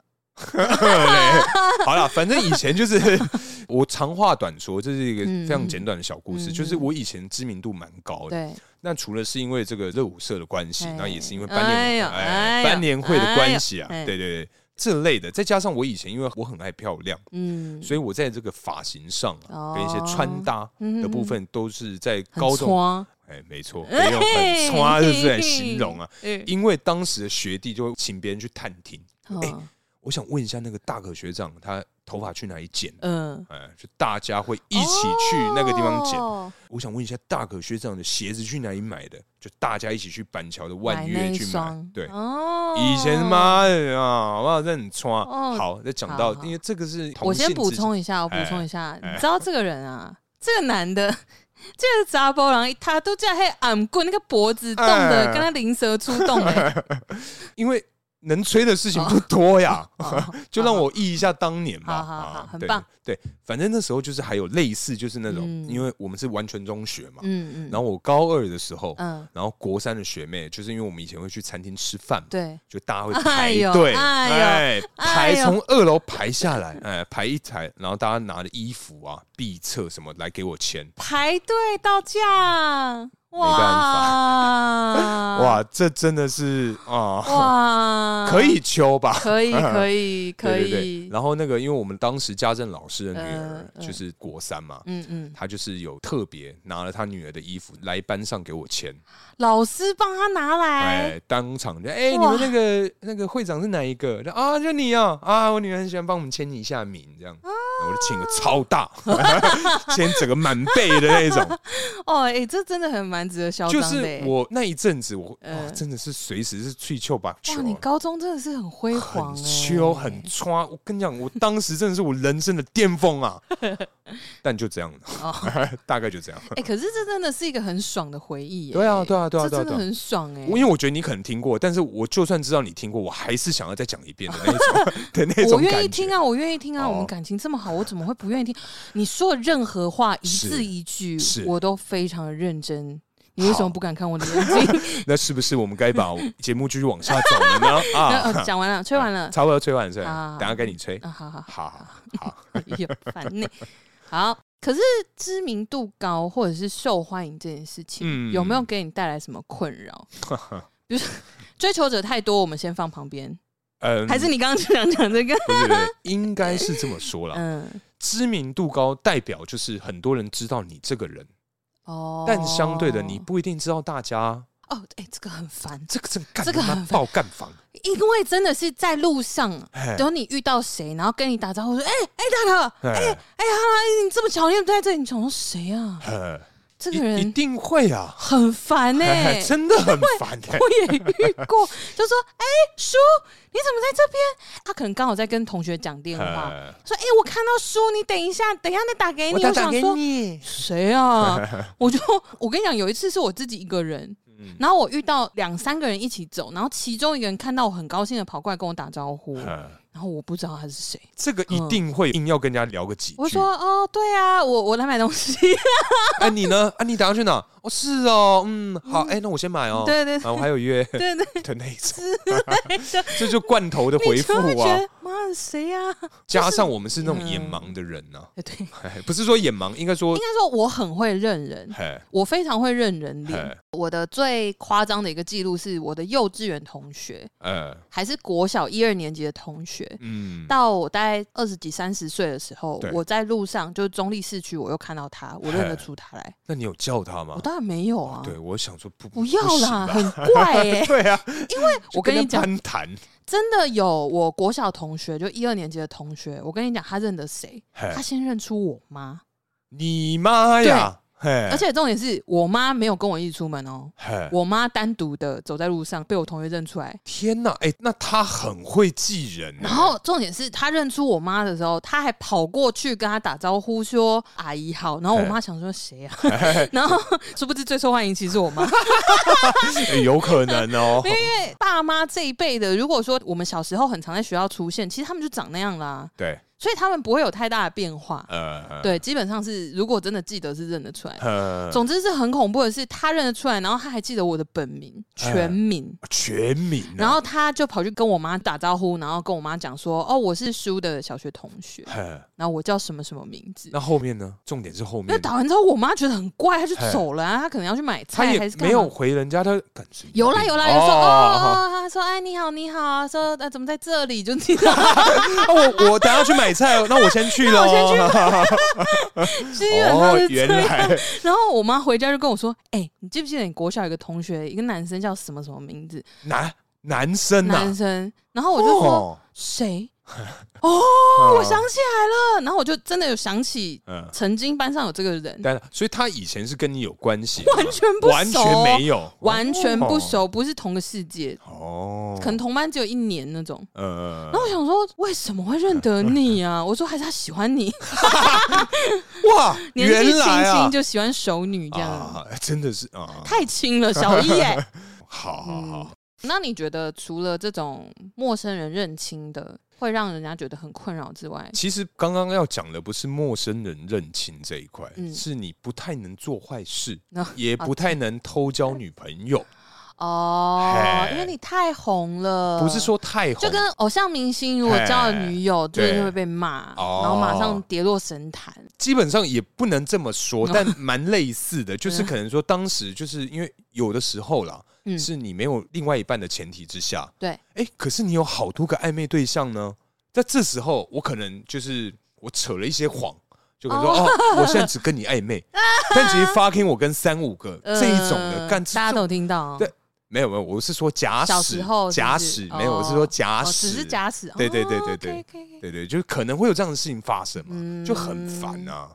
Speaker 1: 好了，反正以前就是 我长话短说，这是一个非常简短的小故
Speaker 2: 嗯
Speaker 1: 事。
Speaker 2: 嗯嗯
Speaker 1: 就是我以前知名度蛮高的，
Speaker 2: 对，
Speaker 1: 那除了是因为这个热舞社的关系
Speaker 2: 哎，
Speaker 1: 那也是因为班联
Speaker 2: 哎呦哎
Speaker 1: 哎
Speaker 2: 呦
Speaker 1: 班联会的关系啊，
Speaker 2: 哎呦哎
Speaker 1: 对对对，这类的。再加上我以前因为我很爱漂亮，
Speaker 2: 嗯，
Speaker 1: 所以我在这个发型上
Speaker 2: 哦
Speaker 1: 啊，跟一些穿搭的部分都是在
Speaker 2: 嗯很
Speaker 1: 高中，
Speaker 2: 搓
Speaker 1: 哎，没错，没有很穿，就是来形容啊。，
Speaker 2: 嗯
Speaker 1: 因为当时的学弟就会请别人去探听，哎
Speaker 2: 嗯
Speaker 1: 我想问一下那个大可学长，他头发去哪里剪？
Speaker 2: 嗯，
Speaker 1: 哎，就大家会一起去那个地方剪。
Speaker 2: 哦
Speaker 1: 我想问一下，大可学长的鞋子去哪里买的？就大家一起去板桥的万
Speaker 2: 买那
Speaker 1: 悦
Speaker 2: 一
Speaker 1: 去买。
Speaker 2: 双
Speaker 1: 对，
Speaker 2: 哦
Speaker 1: 以前？妈的啊，好不好？这很穿。
Speaker 2: 哦
Speaker 1: 好，再讲
Speaker 2: 好
Speaker 1: 到，
Speaker 2: 好
Speaker 1: 因为这个是同
Speaker 2: 我先
Speaker 1: 性
Speaker 2: 补
Speaker 1: 之
Speaker 2: 充一下，我补
Speaker 1: 哎
Speaker 2: 充一下，
Speaker 1: 哎
Speaker 2: 你知道这个人啊，这个男的， 这个杂波郎，他都在黑俺棍那个脖子动的，
Speaker 1: 哎
Speaker 2: 跟他灵蛇出洞哎，
Speaker 1: 间，因为能吹的事情不多呀，
Speaker 2: 哦
Speaker 1: 就让我忆一下当年嘛。
Speaker 2: 好好好
Speaker 1: 啊
Speaker 2: 很
Speaker 1: 对
Speaker 2: 棒
Speaker 1: 对，反正那时候就是还有类似就是那种，
Speaker 2: 嗯
Speaker 1: 因为我们是完全中学嘛，
Speaker 2: 嗯嗯，
Speaker 1: 然后我高二的时候，
Speaker 2: 嗯，
Speaker 1: 然后国三的学妹，就是因为我们以前会去餐厅吃饭嘛，
Speaker 2: 对，
Speaker 1: 就大家会
Speaker 2: 哎
Speaker 1: 排
Speaker 2: 呦
Speaker 1: 队，
Speaker 2: 哎呦
Speaker 1: 哎，
Speaker 2: 哎
Speaker 1: 排
Speaker 2: 呦
Speaker 1: 从二楼排下来，哎，排一排，然后大家拿着衣服啊、壁册什么来给我签。
Speaker 2: 排队到价，哇
Speaker 1: 哇，这真的是啊，
Speaker 2: 啊哇，
Speaker 1: 可以秋吧？
Speaker 2: 可 以可以可
Speaker 1: 对对对。
Speaker 2: 以，
Speaker 1: 然后那个，因为我们当时家政老师的女
Speaker 2: 呃
Speaker 1: 儿
Speaker 2: 呃
Speaker 1: 就是国三嘛，
Speaker 2: 嗯嗯，
Speaker 1: 她就是有特别拿了她女儿的衣服来班上给我签，
Speaker 2: 老师帮他拿来，
Speaker 1: 哎，当场就哎，你
Speaker 2: 哇
Speaker 1: 们那个那个会长是哪一个？就啊，就你啊，啊，我女儿很喜欢帮我们签一下名，这样，然后我就签个超大， 签整个满背的 那一种。
Speaker 2: 哦，哎，这真的很蛮值得嚣张
Speaker 1: 就
Speaker 2: 的
Speaker 1: 是
Speaker 2: 哎。
Speaker 1: 我那一阵子，我哇
Speaker 2: 呃
Speaker 1: 真的是随时是去球把球啊
Speaker 2: 哇，，你高中真的是很辉煌
Speaker 1: 很
Speaker 2: 哎，
Speaker 1: 秋很穿。我跟你讲，我当时真的是我人生的巅峰啊！ 但就这样
Speaker 2: 哦
Speaker 1: 了， 大概就这样。
Speaker 2: 哎、可是这真的是一个很爽的回忆、耶
Speaker 1: 对啊，对啊，对啊，
Speaker 2: 这
Speaker 1: 对啊，
Speaker 2: 真
Speaker 1: 对
Speaker 2: 的
Speaker 1: 啊。
Speaker 2: 很爽哎、
Speaker 1: 我因为我觉得你可能听过，但是我就算知道你听过，我还是想要再讲一遍的那一 种的 那种
Speaker 2: 我
Speaker 1: 感觉。
Speaker 2: 愿意听啊，我愿意听啊，
Speaker 1: 哦
Speaker 2: 我们感情这么好，我怎么会不愿意听？ 你说的任何话，一
Speaker 1: 是
Speaker 2: 字一句
Speaker 1: 是，
Speaker 2: 我都非常的认真。你为什么
Speaker 1: 好
Speaker 2: 不敢看我的眼 睛？
Speaker 1: 那是不是我们该把节目继续往下走了 呢？
Speaker 2: 那
Speaker 1: 啊，
Speaker 2: 呃讲、完了，吹完了
Speaker 1: 差不多吹完是
Speaker 2: 啊
Speaker 1: 吧，等一下该你吹。
Speaker 2: 啊，好好 好，
Speaker 1: 好好好，
Speaker 2: 有烦呢。好，可是知名度高或者是受欢迎这件事情，
Speaker 1: 嗯
Speaker 2: 有没有给你带来什么困扰？ 比如说追求者太多，我们先放旁边，
Speaker 1: 嗯，
Speaker 2: 还是你刚刚就想讲这 个？
Speaker 1: 不是不是，应该是这么说啦。
Speaker 2: 嗯。
Speaker 1: 知名度高代表就是很多人知道你这个人，
Speaker 2: 哦，
Speaker 1: 但相对的你不一定知道大家。
Speaker 2: 哦，哎、这个很烦，
Speaker 1: 这个真干
Speaker 2: 这个
Speaker 1: 他妈
Speaker 2: 很烦
Speaker 1: 爆干 房，
Speaker 2: 因为真的是在路上，
Speaker 1: 哎
Speaker 2: 等你遇到谁，然后跟你打招呼说，哎、哎、大头，
Speaker 1: 哎
Speaker 2: 哎、哈哈，你这么巧，你怎么在这里？你想说谁啊？
Speaker 1: 哎
Speaker 2: 这个
Speaker 1: 一一
Speaker 2: 人
Speaker 1: 定会啊，
Speaker 2: 很烦呢、
Speaker 1: 哎真的很烦哎。
Speaker 2: 我也遇过， 就说，哎、叔，你怎么在这边？他可能刚好在跟同学讲电话，
Speaker 1: 哎
Speaker 2: 说，哎、我看到叔，你等一下，等一下再打给你。我想说，
Speaker 1: 你，
Speaker 2: 谁 啊？我就我跟你讲，有一次是我自己一个人，
Speaker 1: 嗯
Speaker 2: 然后我遇到两三个人一起走，然后其中一个人看到我很高兴的跑过来跟我打招呼，
Speaker 1: 哎
Speaker 2: 然后我不知道他是谁，
Speaker 1: 这个一定会硬要跟人家聊个几句。
Speaker 2: 我说哦，对啊，我我来买东西，
Speaker 1: 啊，你呢？啊，你打算去哪？哦，是哦，嗯，好，哎、那我先买哦。
Speaker 2: 对对
Speaker 1: 啊，我还有约
Speaker 2: 对对
Speaker 1: 的那 一种，
Speaker 2: 对，
Speaker 1: 这就罐头的回
Speaker 2: 你
Speaker 1: 复
Speaker 2: 就会觉
Speaker 1: 啊。
Speaker 2: 得妈谁 呀？
Speaker 1: 加上我们是那种眼盲的人呢、
Speaker 2: 哎对，应
Speaker 1: 哎不是说眼盲，应该说，
Speaker 2: 该说我很会认人。
Speaker 1: 哎
Speaker 2: 我非常会认人脸
Speaker 1: 嘿，
Speaker 2: 我的最夸张的一个记录是我的幼稚园同学，
Speaker 1: 呃，
Speaker 2: 还是国小一二年级的同学，
Speaker 1: 嗯，
Speaker 2: 到我大概二十几、三十岁的时候
Speaker 1: 对，
Speaker 2: 我在路上就是中立市区，我又看到他，我认得出他来。
Speaker 1: 那你有叫他吗
Speaker 2: 我？当然没有啊，
Speaker 1: 哦对，我想说不
Speaker 2: 不要
Speaker 1: 行
Speaker 2: 啦，
Speaker 1: 吧
Speaker 2: 很 怪耶、
Speaker 1: 对啊，
Speaker 2: 我跟你
Speaker 1: 他
Speaker 2: 讲，
Speaker 1: 攀谈，
Speaker 2: 真的有我国小同学，就一二年级的同学，我跟你讲，他认得谁？
Speaker 1: 嘿
Speaker 2: 他先认出我妈，
Speaker 1: 你妈呀，嘿，
Speaker 2: 而且重点是我妈没有跟我一起出门哦。
Speaker 1: 嘿，
Speaker 2: 我妈单独的走在路上，被我同学认出来。
Speaker 1: 天哎哪，哎、那他很会记人、
Speaker 2: 然后重点是，他认出我妈的时候，他还跑过去跟她打招呼说：“阿姨好。”然后我妈想说：“谁啊？”然后殊不知最受欢迎其实是我妈，
Speaker 1: 哎 有可能哦，
Speaker 2: 因为爸妈这一辈的，如果说我们小时候很常在学校出现，其实他们就长那样啦，
Speaker 1: 对，
Speaker 2: 所以他们不会有太大的变化。
Speaker 1: 呃，
Speaker 2: 对，基本上是如果真的记得是认得出来的。
Speaker 1: 呃，
Speaker 2: 总之是很恐怖的是，他认得出来，然后他还记得我的本名、全名，
Speaker 1: 全民、啊，
Speaker 2: 然后他就跑去跟我妈打招呼，然后跟我妈讲说：“哦，我是叔的小学同学，
Speaker 1: 嘿。
Speaker 2: 然后我叫什么什么名字。”
Speaker 1: 那后面呢？重点是后
Speaker 2: 因为
Speaker 1: 面，
Speaker 2: 打完之后，我妈觉得很怪，她就
Speaker 1: 嘿
Speaker 2: 走了、啊，她可能要去买
Speaker 1: 他
Speaker 2: 菜还
Speaker 1: 也
Speaker 2: 是干
Speaker 1: 没
Speaker 2: 嘛
Speaker 1: 有回人家，他感觉
Speaker 2: 有啦有啦，有说哦哦，他说哎你好你好，说呃怎么在这里？就知道
Speaker 1: 哦，我我等下去买菜哦，那我先 去了， 我
Speaker 2: 基本上是
Speaker 1: 原
Speaker 2: 这样。
Speaker 1: 来
Speaker 2: 然后我妈回家就跟我说，哎、你记不记得你国小有一个同学，一个男生叫什么什么名字？
Speaker 1: 男男生
Speaker 2: 男
Speaker 1: 呐，
Speaker 2: 生。然后我就说
Speaker 1: 啊哦，
Speaker 2: 谁？哦，我想起来了。然后我就真的有想起
Speaker 1: 嗯，
Speaker 2: 曾经班上有这个人，
Speaker 1: 但所以他以前是跟你有关系，
Speaker 2: 完全不熟，
Speaker 1: 完全没有，
Speaker 2: 完全不熟，不是同个世界，
Speaker 1: 哦，
Speaker 2: 可能同班只有一年那种。
Speaker 1: 呃
Speaker 2: 然，后我想说，为什么会认得你 啊？我说还是他喜欢你，
Speaker 1: 哇，
Speaker 2: 年纪
Speaker 1: 原来
Speaker 2: 轻
Speaker 1: 啊
Speaker 2: 轻就喜欢熟女这样，
Speaker 1: 啊，真的是啊，
Speaker 2: 太轻了，小一 嗯哎。
Speaker 1: 好好好，
Speaker 2: 那你觉得除了这种陌生人认亲的，会让人家觉得很困扰之外，
Speaker 1: 其实刚刚要讲的不是陌生人认亲这一块，
Speaker 2: 嗯哦
Speaker 1: 是你不太能做坏事，
Speaker 2: 那
Speaker 1: 也不太能偷交女朋友。
Speaker 2: 哦，
Speaker 1: 嘿
Speaker 2: 因为你太红了，
Speaker 1: 不是说太红，
Speaker 2: 哦就跟偶像明星如果交了女友，就
Speaker 1: 对
Speaker 2: 是会被骂，
Speaker 1: 哦
Speaker 2: 然后马上跌落神坛。
Speaker 1: 基本上也不能这么说，
Speaker 2: 哦
Speaker 1: 但蛮类似 的，就是可能说当时就是因为有的时候啦，
Speaker 2: 嗯，
Speaker 1: 是你没有另外一半的前提之下，
Speaker 2: 对，
Speaker 1: 哎，可是你有好多个暧昧对象呢，在这时候我可能就是我扯了一些谎。就可能说哦我现在只跟你 暧昧，但其实 fucking 我跟三五个
Speaker 2: 呃
Speaker 1: 这一种的干，这
Speaker 2: 大家都有听到，
Speaker 1: 对没有没有，我是说假
Speaker 2: 小
Speaker 1: 使
Speaker 2: 时候是不是
Speaker 1: 假使没有，
Speaker 2: 哦
Speaker 1: 我是说假
Speaker 2: 哦
Speaker 1: 使，
Speaker 2: 只是假哦使，
Speaker 1: 对对对对对
Speaker 2: 对对
Speaker 1: 对对，就是可能会有这样的事情发生嘛，就很
Speaker 2: 嗯
Speaker 1: 烦啊。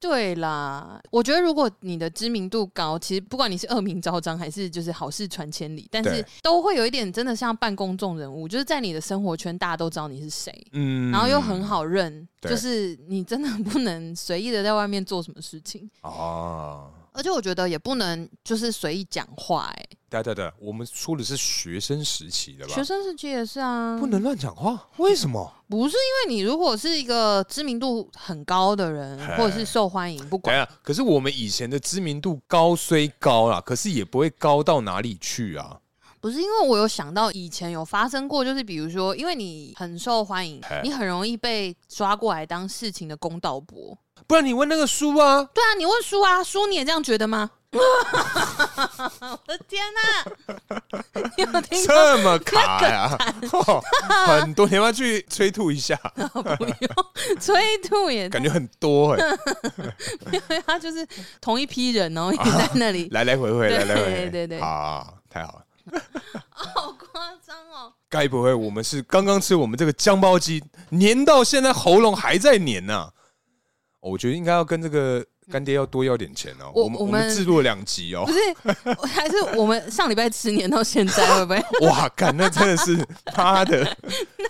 Speaker 2: 对啦。我觉得如果你的知名度高，其实不管你是恶名昭彰还是就是好事传千里，但是
Speaker 1: 对
Speaker 2: 都会有一点真的像半公众人物，就是在你的生活圈大家都知道你是谁。
Speaker 1: 嗯
Speaker 2: 然后又很好认，
Speaker 1: 对
Speaker 2: 就是你真的不能随意的在外面做什么事 情，
Speaker 1: 啊。
Speaker 2: 而且我觉得也不能就是随意讲话、欸，
Speaker 1: 对对对，我们说的是学生时期的吧？
Speaker 2: 学生时期也是啊，
Speaker 1: 不能乱讲话，为什么？
Speaker 2: 不是因为你如果是一个知名度很高的人
Speaker 1: 嘿，
Speaker 2: 或者是受欢迎，不
Speaker 1: 对
Speaker 2: 管
Speaker 1: 啊，可是我们以前的知名度高虽高啦，可是也不会高到哪里去啊。
Speaker 2: 不是因为我有想到以前有发生过，就是比如说，因为你很受欢迎
Speaker 1: 嘿，
Speaker 2: 你很容易被抓过来当事情的公道伯。
Speaker 1: 不然你问那个书啊，
Speaker 2: 对啊，你问叔啊，叔你也这样觉得吗？ 我的天哪、 你有听过？
Speaker 1: 这么卡呀、 哦很多，你要不要去催吐 一下？
Speaker 2: 不用催吐也
Speaker 1: 感觉很多哎、
Speaker 2: 对啊他就是同一批人，哦然后也在那里，
Speaker 1: 来来回回，
Speaker 2: 对
Speaker 1: 来来回回，
Speaker 2: 对对对
Speaker 1: 好好，好太好了。
Speaker 2: 好夸张哦！
Speaker 1: 该不会我们是刚刚吃我们这个酱包鸡，粘到现在喉咙还在粘呢、哦我觉得应该要跟这个干爹要多要点钱哦。
Speaker 2: 嗯我
Speaker 1: 我们
Speaker 2: 我
Speaker 1: 我
Speaker 2: 们
Speaker 1: 们制作两集哦
Speaker 2: 不，是，我还是我们上礼拜吃年到现在，会不会
Speaker 1: 哇，干那真的是 妈的，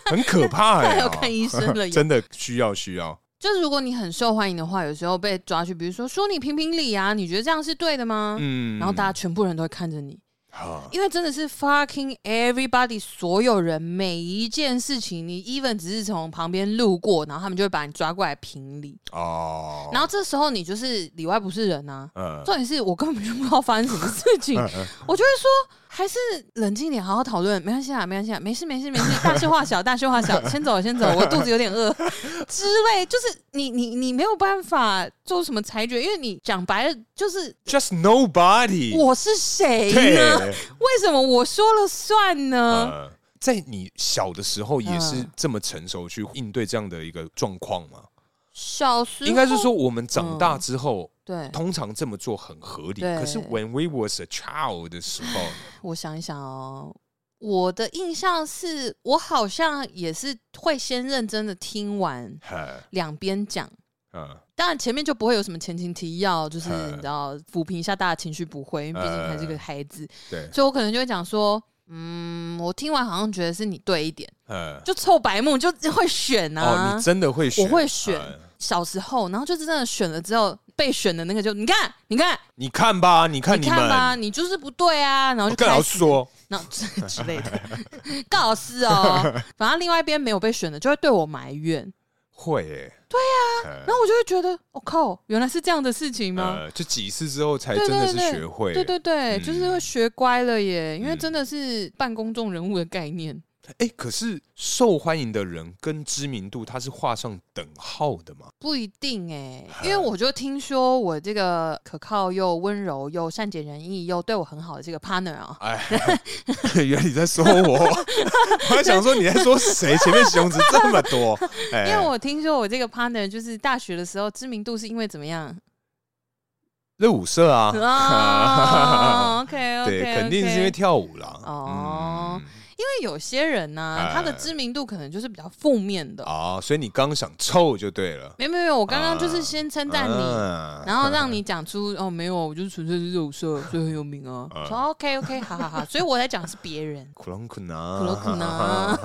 Speaker 1: 很可怕哎、
Speaker 2: 太要看医生 了耶
Speaker 1: 真的需要需要。
Speaker 2: 就是如果你很受欢迎的话，有时候被抓去，比如说说你评评理啊，你觉得这样是对的吗？
Speaker 1: 嗯，
Speaker 2: 然后大家全部人都会看着你，
Speaker 1: 啊
Speaker 2: 因为真的是 fucking everybody，所有人每一件事情，你 even 只是从旁边路过，然后他们就会把你抓过来评理，
Speaker 1: 哦，
Speaker 2: 然后这时候你就是里外不是人啊。
Speaker 1: 嗯
Speaker 2: 重点是我根本就不知道发生什么事情， 我就会说还是冷静一点，好好讨论，没关系啊，没关系啊，没事没事没事，大事化小，大事化小，先走先走，我肚子有点 饿之类，就是你你你没有办法做什么裁决，因为你讲白了就是
Speaker 1: ，just nobody，
Speaker 2: 我是谁
Speaker 1: 对
Speaker 2: 呢？为什么我说了算呢？
Speaker 1: 呃在你小的时候也是
Speaker 2: 嗯
Speaker 1: 这么成熟去应对这样的一个状况吗？
Speaker 2: 小时候
Speaker 1: 应该是说我们长大之后，
Speaker 2: 对，
Speaker 1: 通常这么做很合理。
Speaker 2: 嗯对
Speaker 1: 可是 when we was a child 的时候，
Speaker 2: 我想一想哦，我的印象是我好像也是会先认真的听完
Speaker 1: 呃
Speaker 2: 两边讲。
Speaker 1: 呃
Speaker 2: 当然前面就不会有什么前情提要，就是
Speaker 1: 嗯
Speaker 2: 你知道抚平一下大家情绪，不会，因为毕竟还是个
Speaker 1: 嗯
Speaker 2: 孩子，
Speaker 1: 对，
Speaker 2: 所以我可能就会讲说，嗯，我听完好像觉得是你对一点，
Speaker 1: 呃，
Speaker 2: 就臭白目就会选
Speaker 1: 哦，
Speaker 2: 啊，
Speaker 1: 你真的会选？
Speaker 2: 我会选
Speaker 1: 呃
Speaker 2: 小时候，然后就是真的选了之后被选的那个就你看，你看，
Speaker 1: 你看吧，你看
Speaker 2: 你
Speaker 1: 你们，
Speaker 2: 看吧，你就是不对啊，然后
Speaker 1: 我
Speaker 2: 就
Speaker 1: 更
Speaker 2: 开
Speaker 1: 好
Speaker 2: 始
Speaker 1: 说，
Speaker 2: 那之类的， 告是哦，反正另外一边没有被选的就会对我埋怨，
Speaker 1: 嗯会耶，对呀
Speaker 2: 然后我就会觉得，我、靠，原来是这样的事情吗？
Speaker 1: 呃，就几次之后才
Speaker 2: 对
Speaker 1: 真的
Speaker 2: 对
Speaker 1: 是
Speaker 2: 对
Speaker 1: 学会。
Speaker 2: 对对对，
Speaker 1: 嗯
Speaker 2: 就是会学乖了耶，因为
Speaker 1: 嗯
Speaker 2: 真的是半公众人物的概念。
Speaker 1: 哎，可是受欢迎的人跟知名度，它是画上等号的嘛？
Speaker 2: 不一定哎、因为我就听说我这个可靠又温柔又善解人意又对我很好的这个 partner 啊，
Speaker 1: 哎， 原来你在说 我，我还想说你在说谁？前面形容词这么多，哎
Speaker 2: 因为我听说我这个 partner 就是大学的时候知名度是因为怎么 样
Speaker 1: 热舞社啊，
Speaker 2: 啊？OK OK，
Speaker 1: 对，肯定是因为跳舞啦。
Speaker 2: 哦
Speaker 1: 嗯，
Speaker 2: 因为有些人呢、
Speaker 1: 哎
Speaker 2: 他的知名度可能就是比较负面的。
Speaker 1: 啊，所以你刚想臭就对了。
Speaker 2: 没有没有没有，我刚刚
Speaker 1: 啊
Speaker 2: 就是先称赞你，
Speaker 1: 嗯。
Speaker 2: 然后让你讲出哦，没有，我就是纯粹是肉色，所以很有名啊。说 OK OK，好好好，所以我在讲是别人
Speaker 1: 苦龙苦呢，
Speaker 2: 苦龙苦 呢，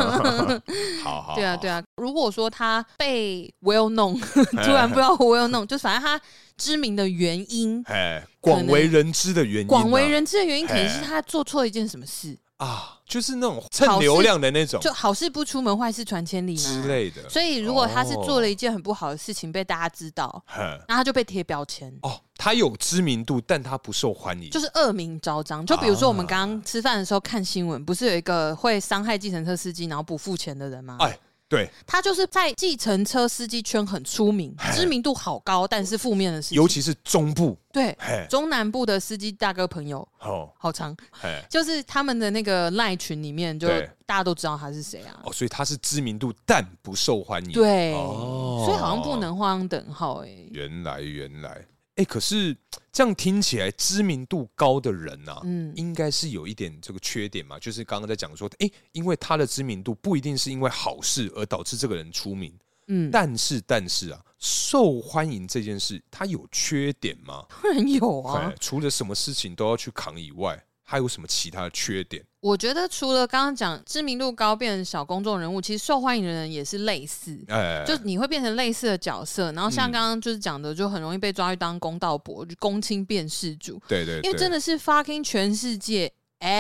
Speaker 1: 好好，
Speaker 2: 对啊对
Speaker 1: 啊，
Speaker 2: 啊，如果说他被 well known，突然不知道 well known，就反正他知名的原因，
Speaker 1: 哎，广为人知的原因啊，
Speaker 2: 广为人知的原因，可能是
Speaker 1: 哎
Speaker 2: 他做错一件什么事，
Speaker 1: 啊，就是那种蹭流量的那种
Speaker 2: 就好事不出门，坏事传千里
Speaker 1: 之
Speaker 2: 嘛。
Speaker 1: 类的，
Speaker 2: 所以如果他是
Speaker 1: 哦
Speaker 2: 做了一件很不好的事情被大家知道，
Speaker 1: 哼
Speaker 2: 然后他就被贴标签。
Speaker 1: 哦，他有知名度，但他不受欢迎，
Speaker 2: 就是恶名昭彰，就比如说我们刚
Speaker 1: 啊
Speaker 2: 刚吃饭的时候看新闻，不是有一个会伤害计程车司机然后不付钱的人吗？
Speaker 1: 哎，对，
Speaker 2: 他就是在计程车司机圈很出名，知名度好高，但是负面的事情
Speaker 1: 尤。其是中部，
Speaker 2: 对
Speaker 1: 嘿，
Speaker 2: 中南部的司机大哥朋友
Speaker 1: 哦，
Speaker 2: 好长，
Speaker 1: 嘿，
Speaker 2: 就是他们的那个赖群里面，就
Speaker 1: 对
Speaker 2: 大家都知道他是谁啊。
Speaker 1: 哦，所以他是知名度，但不受欢迎，
Speaker 2: 对，
Speaker 1: 哦
Speaker 2: 所以好像不能画上等号哎、
Speaker 1: 原来原来，哎、可是这样听起来，知名度高的人呐、啊，
Speaker 2: 嗯
Speaker 1: 应该是有一点这个缺点嘛，就是刚刚在讲说，哎、因为他的知名度不一定是因为好事而导致这个人出名，
Speaker 2: 嗯，
Speaker 1: 但是但是啊，受欢迎这件事，它有缺点吗？
Speaker 2: 当然有啊
Speaker 1: 哎，。除了什么事情都要去扛以外，还有什么其他的缺点？
Speaker 2: 我觉得除了刚刚讲知名度高变成小公众人物，其实受欢迎的人也是类似。
Speaker 1: 哎、
Speaker 2: 就你会变成类似的角色，然后像
Speaker 1: 嗯
Speaker 2: 刚刚就是讲的，就很容易被抓去当公道伯，就公卿辨事主，
Speaker 1: 对对对，
Speaker 2: 因为真的是 fucking 全世界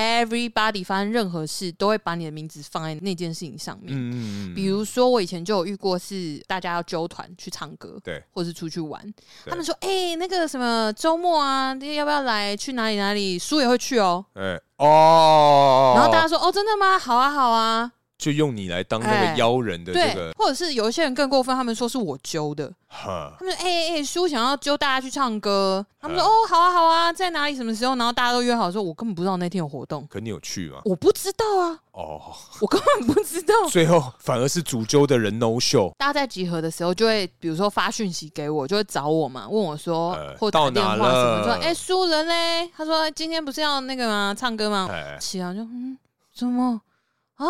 Speaker 2: everybody 发生任何事都会把你的名字放在那件事情上面。
Speaker 1: 嗯，嗯嗯嗯，
Speaker 2: 比如说，我以前就有遇过，是大家要揪团去唱歌，
Speaker 1: 对，
Speaker 2: 或是出去玩，
Speaker 1: 对
Speaker 2: 他们说：“哎、那个什么周末啊，要不要来去哪里哪里？叔也会去哦。
Speaker 1: 哎、哦，
Speaker 2: 然后大家说：“哦，真的吗？好啊，好啊。
Speaker 1: 就用你来当那
Speaker 2: 哎
Speaker 1: 个妖人的这
Speaker 2: 对
Speaker 1: 个，，
Speaker 2: 或者是有一些人更过分，他们说是我揪的，
Speaker 1: 哈
Speaker 2: 他们说：“哎哎哎，叔想要揪大家去唱歌。”他们说：“
Speaker 1: 嗯
Speaker 2: 哦，好啊，好啊，在哪里？什么时候？”然后大家都约好说：“我根本不知道那天有活动，
Speaker 1: 可你有去吗？
Speaker 2: 我不知道啊，
Speaker 1: 哦，
Speaker 2: 我根本不 知道。
Speaker 1: 最后反而是主揪的人 no show，”
Speaker 2: 大家在集合的时候，就会比如说发讯息给我，就会找我嘛，问我说，
Speaker 1: 呃
Speaker 2: 或打电话
Speaker 1: 到哪
Speaker 2: 什么，
Speaker 1: 了
Speaker 2: 说：“哎、叔人嘞？”他说：“今天不是要那个吗？唱歌吗
Speaker 1: 哎？”，
Speaker 2: 起来我就嗯，怎么啊？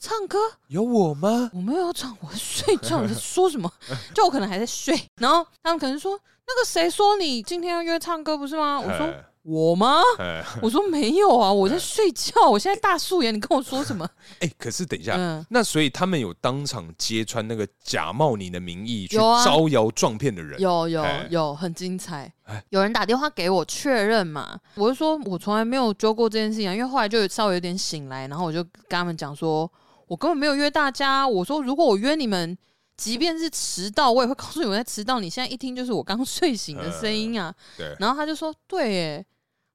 Speaker 2: 唱歌？
Speaker 1: 有我吗？
Speaker 2: 我没有要唱，我在睡觉。你在说什么？就我可能还在睡，然后他们可能说：“那个谁说你今天要约唱歌不是吗？”我说。我吗？
Speaker 1: 哎，
Speaker 2: 我说没有啊，我在睡觉，我现在大素颜，你跟我说什么？
Speaker 1: 哎，可是等一下，
Speaker 2: 嗯，
Speaker 1: 那所以他们有当场揭穿那个假冒你的名义去
Speaker 2: 有啊
Speaker 1: 招摇撞骗的人，
Speaker 2: 有有
Speaker 1: 哎
Speaker 2: 有，很精彩
Speaker 1: 哎。
Speaker 2: 有人打电话给我确认嘛，我就说我从来没有揪过这件事情啊，因为后来就稍微有点醒来，然后我就跟他们讲说，我根本没有约大家，啊我说如果我约你们。即便是迟到，我也会告诉你我在迟到。你现在一听就是我刚睡醒的声音啊。
Speaker 1: 嗯对，
Speaker 2: 然后他就说：“对，耶。”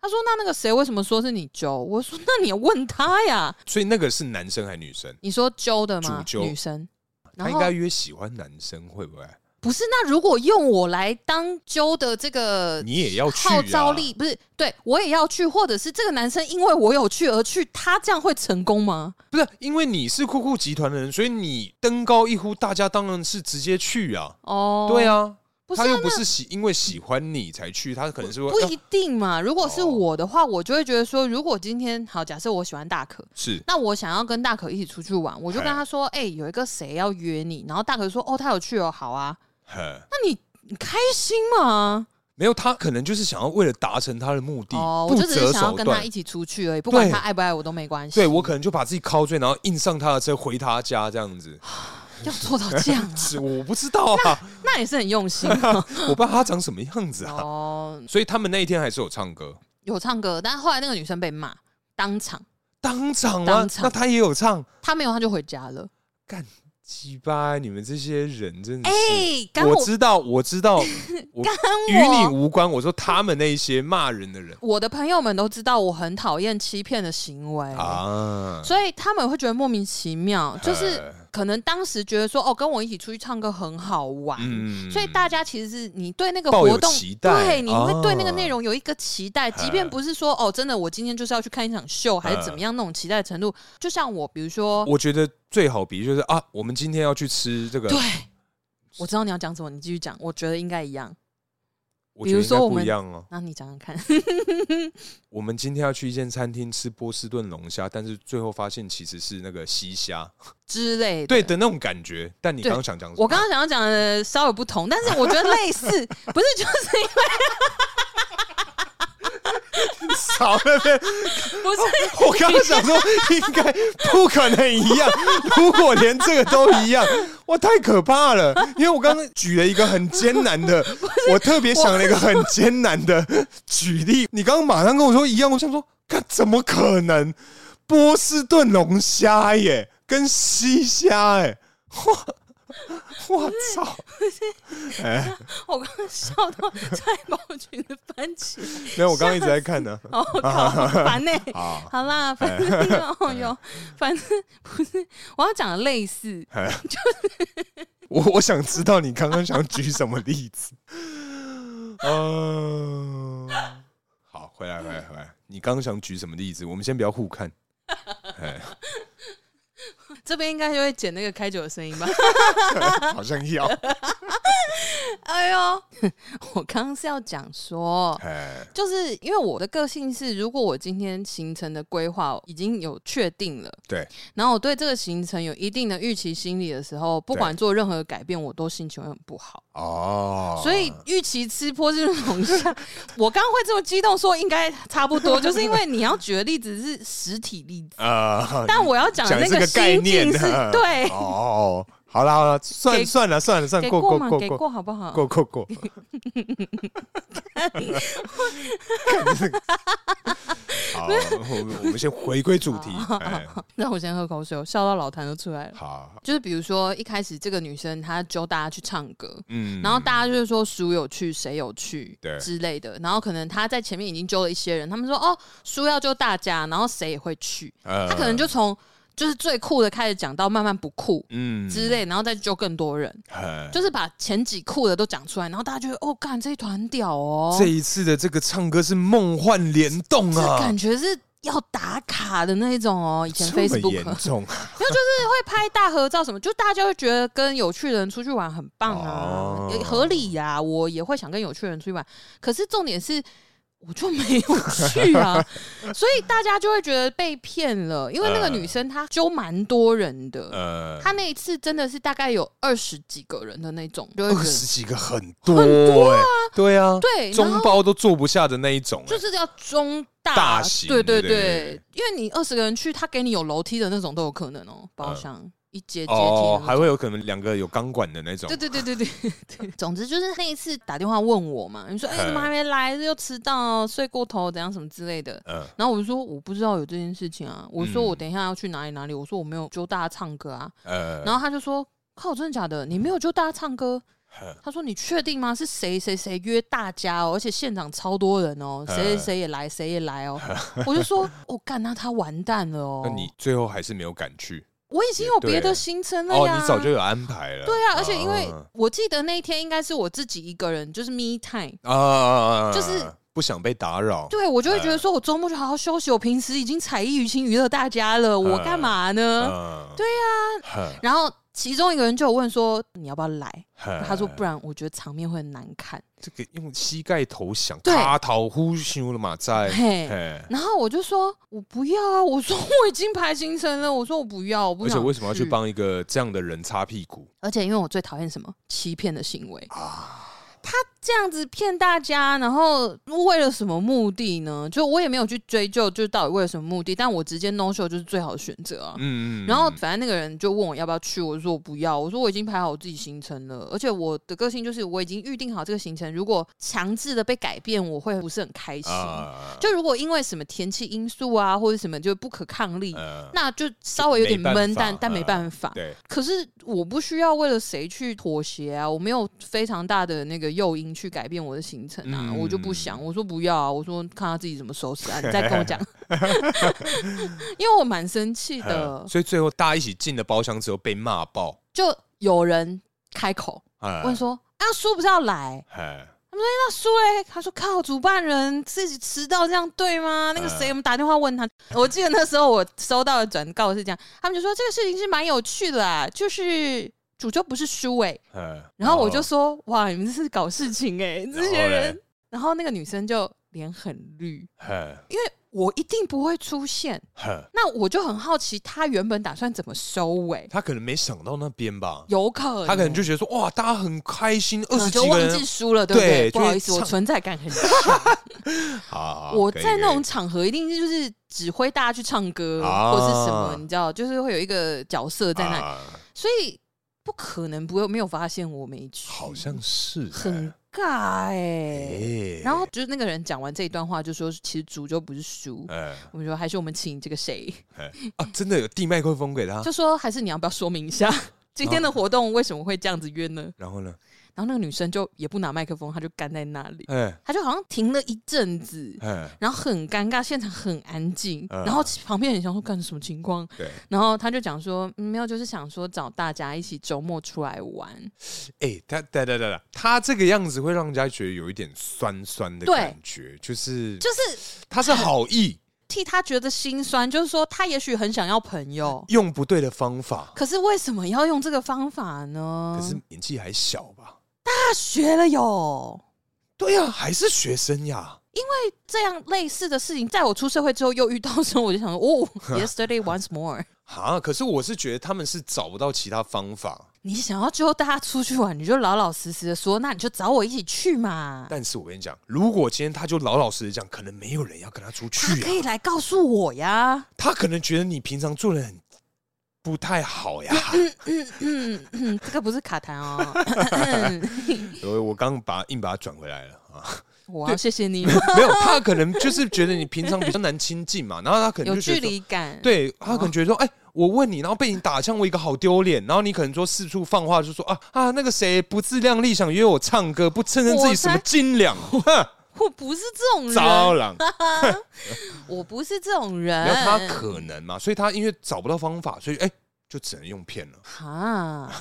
Speaker 2: 他说那那个谁为什么说是你揪？我说那你要问他呀。
Speaker 1: 所以那个是男生还是女生？
Speaker 2: 你说揪的吗
Speaker 1: 主？揪
Speaker 2: 女生，
Speaker 1: 他
Speaker 2: 然
Speaker 1: 应
Speaker 2: 后
Speaker 1: 该约喜欢男生，会不会？
Speaker 2: 不是？那如果用我来当揪的这个
Speaker 1: 你也要去
Speaker 2: 呃
Speaker 1: 啊
Speaker 2: 号召力，不是？对我也要去，或者是这个男生因为我有去而去，他这样会成功吗？
Speaker 1: 不是因为你是酷酷集团的人，所以你登高一呼，大家当然是直接去啊。
Speaker 2: 哦，
Speaker 1: 对，啊，
Speaker 2: 不是啊
Speaker 1: 他又不是喜因为喜欢你才去，他可能是说呃
Speaker 2: 不
Speaker 1: 要
Speaker 2: 一定嘛。如果是我的话，我就会觉得说，如果今天好，假设我喜欢大可。
Speaker 1: 是
Speaker 2: 那我想要跟大可一起出去玩，我就跟他说：“哎、有一个谁要约你？”然后大可说：“哦，他有去哦，好啊。
Speaker 1: 呵”
Speaker 2: 那你你开心吗？
Speaker 1: 没有，他可能就是想要为了达成他的目的，
Speaker 2: 哦，我
Speaker 1: 不
Speaker 2: 就只是
Speaker 1: 择
Speaker 2: 想要
Speaker 1: 手
Speaker 2: 跟他
Speaker 1: 段
Speaker 2: 一。起出去而已，不管
Speaker 1: 对
Speaker 2: 他爱不爱我都没关系。
Speaker 1: 对我可能就把自己铐醉，然后硬上他的车回他家这 样子。
Speaker 2: 要做到这样啊，
Speaker 1: 是我不知道啊，
Speaker 2: 那也是很用心
Speaker 1: 我不知道他长什么样子啊。
Speaker 2: 哦。
Speaker 1: 所以他们那一天还是有唱歌，
Speaker 2: 有唱歌，但后来那个女生被骂，当场
Speaker 1: 当场啊
Speaker 2: 当，场
Speaker 1: 那他也有唱。
Speaker 2: 她没有，她就回家了。
Speaker 1: 鸡巴，你们这些人真的
Speaker 2: 哎
Speaker 1: 是。、
Speaker 2: 刚
Speaker 1: 我
Speaker 2: 我
Speaker 1: 知道，我 知道，我与你无关。我说他们那一些骂人的人
Speaker 2: 我的朋友们都知道我很讨厌欺骗的行为
Speaker 1: 啊，
Speaker 2: 所以他们会觉得莫名其妙，哦就是
Speaker 1: 哎
Speaker 2: 可能当时觉得说哦，跟我一起出去唱歌很好玩。
Speaker 1: 嗯
Speaker 2: 所以大家其实是你对那个
Speaker 1: 抱有
Speaker 2: 活动
Speaker 1: 期待
Speaker 2: 对，你会对那个
Speaker 1: 哦
Speaker 2: 内容有一个期待，即便
Speaker 1: 哎
Speaker 2: 不是说哦，真的我今天就是要去看一场秀，还是怎么样那种期待程度。就像我，比如说，
Speaker 1: 嗯我觉得最好比喻就是啊，我们今天要去吃这个，
Speaker 2: 对，我知道你要讲什么，你继续讲，我觉得应该一样。
Speaker 1: 我
Speaker 2: 比
Speaker 1: 觉得
Speaker 2: 如
Speaker 1: 应该
Speaker 2: 说我
Speaker 1: 不
Speaker 2: 们
Speaker 1: 一样哦。
Speaker 2: 那你讲讲看，
Speaker 1: 我们今天要去一间餐厅吃波士顿龙虾，但是最后发现其实是那个西虾，
Speaker 2: 之类的。
Speaker 1: 对的那种感觉。但你
Speaker 2: 对
Speaker 1: 刚刚想讲什么？
Speaker 2: 我刚刚想要讲的稍有不同，但是我觉得类似， 不是就是因为
Speaker 1: 少那 边，
Speaker 2: 不是
Speaker 1: 我刚刚想说应该不可能一样。如果连这个都一样，哇，太可怕了！因为我刚刚举了一个很艰难 的，我特别想了一个很艰难的举例。你刚刚马上跟我说一样，我想说，看怎么可能？波士顿龙虾耶，跟西虾哎，哇，我 操！哎，
Speaker 2: 我刚刚笑到菜包裙子翻起来，
Speaker 1: 没有，我刚刚一直在看呢。
Speaker 2: 哦，我靠，好烦呢、欸
Speaker 1: 啊，
Speaker 2: 好啦，反正哦哟，反正不是我要讲的类似，
Speaker 1: 哎我我想知道你刚刚想举什么例子。嗯、好，回来，回来，回来。你刚刚想举什么例子？我们先不要互看。 哎，
Speaker 2: 这边应该就会剪那个开酒的声音吧？
Speaker 1: 好像要。
Speaker 2: 哎呦，我刚刚是要讲说，
Speaker 1: 哎，
Speaker 2: 就是因为我的个性是，如果我今天行程的规划已经有确定了，
Speaker 1: 对，
Speaker 2: 然后我对这个行程有一定的预期心理的时候，不管做任何改变，我都心情会很不好。
Speaker 1: 哦，
Speaker 2: 所以预期吃波士顿龙 虾，我刚刚会这么激动说应该差不多，就是因为你要举的例子是实体例 子，
Speaker 1: 啊，
Speaker 2: 但我要讲的
Speaker 1: 讲
Speaker 2: 那
Speaker 1: 这个概
Speaker 2: 心
Speaker 1: 念
Speaker 2: 境是
Speaker 1: 的，
Speaker 2: 对，
Speaker 1: 哦，好了好了，
Speaker 2: 给
Speaker 1: 算算了算了算
Speaker 2: 给
Speaker 1: 了，过过
Speaker 2: 嘛，
Speaker 1: 嗯过
Speaker 2: 给
Speaker 1: 过
Speaker 2: 过好不好？
Speaker 1: 过过过。 好，我们我们先回归主题。哎，
Speaker 2: 让我先喝口水，我笑到老痰都出来了。
Speaker 1: 好，
Speaker 2: 就是比如说，一开始这个女生她揪大家去唱歌，
Speaker 1: 嗯
Speaker 2: 然后大家就是说叔有去，谁有去，
Speaker 1: 对
Speaker 2: 之类的。然后可能他在前面已经揪了一些人，他们说哦，叔要揪大家，然后谁也会去。
Speaker 1: 呃
Speaker 2: 他可能就从就是最酷的开始讲到慢慢不酷
Speaker 1: 嗯
Speaker 2: 之，类，然后再揪更多人，
Speaker 1: 哎
Speaker 2: 就是把前几酷的都讲出来，然后大家觉得哦，干这一团屌哦，
Speaker 1: 这一次的这个唱歌是梦幻联动
Speaker 2: 这
Speaker 1: 啊，
Speaker 2: 感觉是。要打卡的那一种哦，以前
Speaker 1: 这么
Speaker 2: Facebook
Speaker 1: 严重
Speaker 2: 会拍大合照什么，就大家会觉得跟有趣的人出去玩很棒啊，
Speaker 1: 哦
Speaker 2: 也合理呀、我也会想跟有趣的人出去玩，可是重点是。我就没有去 啊，所以大家就会觉得被骗了。因为那个女生她揪蛮多人的，
Speaker 1: 呃，
Speaker 2: 她那一次真的是大概有二十几个人的那种，就会
Speaker 1: 二
Speaker 2: 觉得
Speaker 1: 十几个很多哎，对啊，
Speaker 2: 对，然
Speaker 1: 中
Speaker 2: 后
Speaker 1: 包都坐不下的那一种，
Speaker 2: 就是要中大
Speaker 1: 大型
Speaker 2: 对对
Speaker 1: 对对
Speaker 2: 对，因为你二十个人去，他给你有楼梯的那种都有可能哦，包
Speaker 1: 嗯
Speaker 2: 厢一阶阶梯的那
Speaker 1: 哦，
Speaker 2: 种
Speaker 1: 还会有可能两个有钢管的那种
Speaker 2: 对，对对对 对对，总之就是那一次打电话问我嘛，你说哎、
Speaker 1: 嗨
Speaker 2: 怎么还没来？又迟到，睡过头，怎样什么之类的。
Speaker 1: 嗯
Speaker 2: 然后我就说我不知道有这件事情啊，我说
Speaker 1: 嗯
Speaker 2: 我等一下要去哪里哪里，我说我没有揪大家唱歌啊。
Speaker 1: 呃，
Speaker 2: 然后他就说靠，真的假的？你没有揪大家唱歌？
Speaker 1: 哼
Speaker 2: 他说你确定吗？是谁谁谁约大家哦，而且现场超多人哦，谁谁谁也来，谁也来哦。我就说我干，那他完蛋了哦。
Speaker 1: 那你最后还是没有赶去
Speaker 2: 我已经有
Speaker 1: 对
Speaker 2: 别的行程了
Speaker 1: 哦，
Speaker 2: 呀。
Speaker 1: 你早就有安排了，
Speaker 2: 对啊，而且因为
Speaker 1: 啊
Speaker 2: 我记得那一天应该是我自己一个人，就是 me time。
Speaker 1: 啊啊，啊
Speaker 2: 就是
Speaker 1: 不想被打扰，
Speaker 2: 对，我就会觉
Speaker 1: 嗯
Speaker 2: 得说，我周末就好好休息。我平时已经才艺于情娱乐大家了，我干嘛呢？
Speaker 1: 嗯，对呀，
Speaker 2: 然后其中一个人就有问说，你要不要来？
Speaker 1: 哼
Speaker 2: 他说，不然我觉得场面会很难看。
Speaker 1: 这个用膝盖投降，
Speaker 2: 对
Speaker 1: 卡讨呼修了嘛，在
Speaker 2: 嘿
Speaker 1: 嘿
Speaker 2: 然后我就说，我不要啊！我说我已经排行程了，我说我不要，我不
Speaker 1: 而
Speaker 2: 想。
Speaker 1: 且为什么要去？帮一个这样的人擦屁股？
Speaker 2: 而且因为我最讨厌什么欺骗的行为
Speaker 1: 啊
Speaker 2: 他这样子骗大家，然后为了什么目的呢？就我也没有去追究，就是到底为了什么目的。但我直接 no show 就是最好的选择啊。
Speaker 1: 嗯
Speaker 2: 然后反正那个人就问我要不要去，我就说我不要，我说我已经排好我自己行程了，而且我的个性就是我已经预定好这个行程，如果强制的被改变，我会不是很开心。
Speaker 1: 啊，
Speaker 2: 就如果因为什么天气因素啊，或者什么就不可抗力，
Speaker 1: 呃
Speaker 2: 那就稍微有点
Speaker 1: 没办
Speaker 2: 闷，
Speaker 1: 法
Speaker 2: 但但没
Speaker 1: 嗯
Speaker 2: 办法。
Speaker 1: 对，
Speaker 2: 可是我不需要为了谁去妥协啊，我没有非常大的那个诱因去改变我的行程啊，
Speaker 1: 嗯
Speaker 2: 我就不想，我说不要啊，我说看他自己怎么收拾啊，你再跟我 讲，因为我蛮生气的
Speaker 1: 嗯，所以最后大家一起进了包厢之后被骂爆，
Speaker 2: 就有人开口
Speaker 1: 哎
Speaker 2: 问说。啊，叔不是要来？
Speaker 1: 哎
Speaker 2: 那叔嘞？他说靠，主办人自己迟到这样对吗？那个谁，
Speaker 1: 嗯
Speaker 2: 我们打电话问他。我记得那时候我收到的转告是这样，他们就说这个事情是蛮有趣的啦，就是主角不是叔哎、
Speaker 1: 哎，
Speaker 2: 然后我就说：“哇，你们这是搞事情哎、这
Speaker 1: 然后
Speaker 2: 些
Speaker 1: 嘞
Speaker 2: 人。”然后那个女生就脸很绿，
Speaker 1: 哎
Speaker 2: 因为我一定不会出现。
Speaker 1: 哎
Speaker 2: 那我就很好奇，她原本打算怎么收尾？
Speaker 1: 他可能没想到那边吧，
Speaker 2: 有可能
Speaker 1: 他可能就觉得说哇，大家很开心，二
Speaker 2: 嗯
Speaker 1: 十
Speaker 2: 就
Speaker 1: 几个
Speaker 2: 忘
Speaker 1: 人
Speaker 2: 记，输了，对不对？
Speaker 1: 对
Speaker 2: 不
Speaker 1: 就会
Speaker 2: 好意思，我
Speaker 1: 唱
Speaker 2: 存在感很强。
Speaker 1: 好
Speaker 2: 我在那种场合一定就是指挥大家去唱歌
Speaker 1: 啊
Speaker 2: 或是什么，你知道，就是会有一个角色在那里，
Speaker 1: 那
Speaker 2: 所以不可能不会没有发现我没去，
Speaker 1: 好像是
Speaker 2: 嗯很尬哎、
Speaker 1: 哎
Speaker 2: 然后就是那个人讲完这一段话，就说其实主就不是输。
Speaker 1: 哎
Speaker 2: 我们说还是我们请这个谁，
Speaker 1: 啊，真的有递麦克风给他
Speaker 2: 就，说还是你要不要说明一
Speaker 1: 啊
Speaker 2: 下今天的活动为什么会这样子约呢？
Speaker 1: 然后呢，
Speaker 2: 然后那个女生就也不拿麦克风，她就干在那里，
Speaker 1: 哎
Speaker 2: 她就好像停了一阵子。
Speaker 1: 哎，
Speaker 2: 然后很尴尬，现场很安静，
Speaker 1: 嗯
Speaker 2: 然后旁边人想说干什么情况，
Speaker 1: 对，
Speaker 2: 然后她就讲说、嗯没有，就是想说找大家一起周末出来玩，
Speaker 1: 哎，他哒哒哒哒，他这个样子会让人家觉得有一点酸酸的
Speaker 2: 对
Speaker 1: 感觉，就是
Speaker 2: 就是
Speaker 1: 他是好意，
Speaker 2: 替她觉得心酸，就是说她也许很想要朋友，
Speaker 1: 用不对的方法，
Speaker 2: 可是为什么要用这个方法呢？
Speaker 1: 可是年纪还小吧？
Speaker 2: 大学了有，
Speaker 1: 对呀，还是学生呀。
Speaker 2: 这样类似的事情，在我出社会之后又遇到的时候，我就想说， 哦，yesterday once more。
Speaker 1: 啊！可是我是觉得他们是找不到其他方法，
Speaker 2: 你想要之后大家出去玩，你就老老实实的说，那你就找我一起去嘛。
Speaker 1: 但是我跟你讲，如果今天他就老老实实讲，可能没有人要跟他出
Speaker 2: 他
Speaker 1: 去、
Speaker 2: 可
Speaker 1: 啊，
Speaker 2: 以来告诉我呀。
Speaker 1: 他可能觉得你平常做人很不太 好呀。
Speaker 2: 嗯嗯，这个不是卡痰哦。
Speaker 1: 我我刚把硬把他转回来了啊，
Speaker 2: 我要谢谢你，
Speaker 1: 没有，他可能就是觉得你平常比较难亲近嘛，然后他可能
Speaker 2: 有
Speaker 1: 就觉
Speaker 2: 距
Speaker 1: 得说，
Speaker 2: 离感。，
Speaker 1: 对他可能觉得说，哎、我问你，然后被你打枪，我一个好丢脸。然后你可能说四处放话，就说啊啊，那个谁不自量力想约我唱歌，不承认自己什么斤两，哼，
Speaker 2: 我不是这种
Speaker 1: 糟
Speaker 2: 人，
Speaker 1: 了。
Speaker 2: 我不是这种
Speaker 1: 然后
Speaker 2: 人
Speaker 1: 他。可能嘛，所以他因为找不到方法，所以哎、就只能用骗了。
Speaker 2: 哈，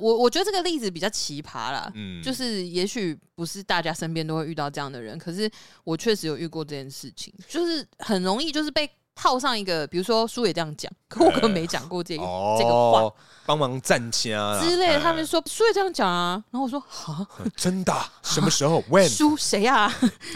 Speaker 2: 我我觉得这个例子比较奇葩啦。
Speaker 1: 嗯，
Speaker 2: 就是也许不是大家身边都会遇到这样的人，可是我确实有遇过这件事情，就是很容易就是被套上一个，比如说书也这样讲， 可我可没讲过这个、这个
Speaker 1: 哦，帮忙站家啦
Speaker 2: 话之类的。他
Speaker 1: 哎
Speaker 2: 们说书也这样讲啊，然后我说哈，
Speaker 1: 真的啊什么 时候？When？
Speaker 2: 书谁啊？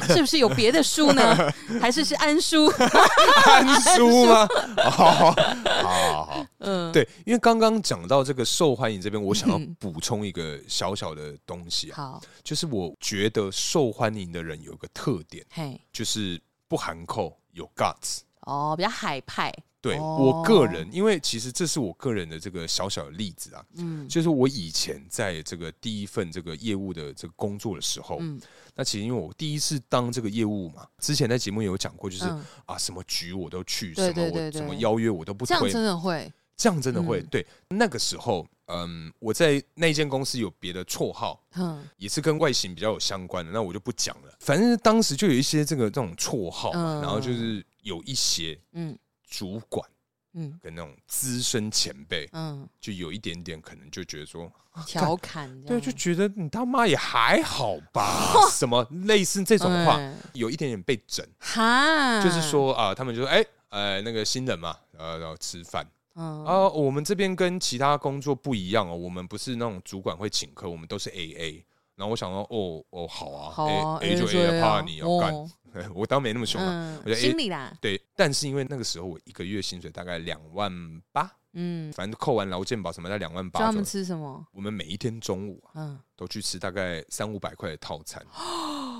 Speaker 2: 是不是有别的书 呢？还是是安书？
Speaker 1: 看书吗？ 哦好好好，
Speaker 2: 嗯，
Speaker 1: 对，因为刚刚讲到这个受欢迎这边，我想要
Speaker 2: 嗯
Speaker 1: 补充一个小小的东西啊，
Speaker 2: 好，
Speaker 1: 就是我觉得受欢迎的人有个特点，
Speaker 2: 嘿，
Speaker 1: 就是不含扣，有 guts。
Speaker 2: 哦，比较海派，
Speaker 1: 对、
Speaker 2: 哦
Speaker 1: 我个人，因为其实这是我个人的这个小小的例子啊，
Speaker 2: 嗯
Speaker 1: 就是我以前在这个第一份这个业务的这个工作的时候，
Speaker 2: 嗯
Speaker 1: 那其实因为我第一次当这个业务嘛，之前在节目也有讲过，就是、
Speaker 2: 嗯，
Speaker 1: 啊什么局我都去，
Speaker 2: 对对对
Speaker 1: 什么我什么
Speaker 2: 对
Speaker 1: 邀约我都不
Speaker 2: 这样
Speaker 1: 推，
Speaker 2: 真的会，
Speaker 1: 这样真的会、
Speaker 2: 嗯
Speaker 1: 对。那个时候，嗯，我在那间公司有别的绰号，
Speaker 2: 嗯
Speaker 1: 也是跟外形比较有相关的，那我就不讲了。反正当时就有一些这个这种绰号
Speaker 2: 嗯
Speaker 1: 嘛，然后就是有一些
Speaker 2: 嗯
Speaker 1: 主管
Speaker 2: 嗯
Speaker 1: 跟那种资深前辈，
Speaker 2: 嗯，
Speaker 1: 就有一点点可能就觉得说，
Speaker 2: 调侃这
Speaker 1: 对，
Speaker 2: 样，
Speaker 1: 就觉得你他妈也还好吧，什么类似这种话，
Speaker 2: 嗯
Speaker 1: 有一点点被整，
Speaker 2: 哈，
Speaker 1: 就是，说啊，他们就说哎。呃，那个新人嘛，呃，然后吃饭
Speaker 2: 嗯
Speaker 1: 啊、我们这边跟其他工作不一样哦，我们不是那种主管会请客，我们都是 A A。然后我想说，哦哦，好啊
Speaker 2: 好
Speaker 1: a
Speaker 2: 啊
Speaker 1: A 就 A，
Speaker 2: A
Speaker 1: 了怕你要干，
Speaker 2: 哦
Speaker 1: 我当然没那么凶啊。我
Speaker 2: 嗯，
Speaker 1: 觉得 A-
Speaker 2: 心里啦，
Speaker 1: 对，但是因为那个时候我一个月薪水大概两万八，
Speaker 2: 嗯，
Speaker 1: 反正扣完劳健保什么在两万
Speaker 2: 叫
Speaker 1: 八
Speaker 2: 他
Speaker 1: 左
Speaker 2: 们
Speaker 1: 右。
Speaker 2: 吃什么？
Speaker 1: 我们每一天中午啊
Speaker 2: 嗯，
Speaker 1: 都去吃大概三五百块的套 餐，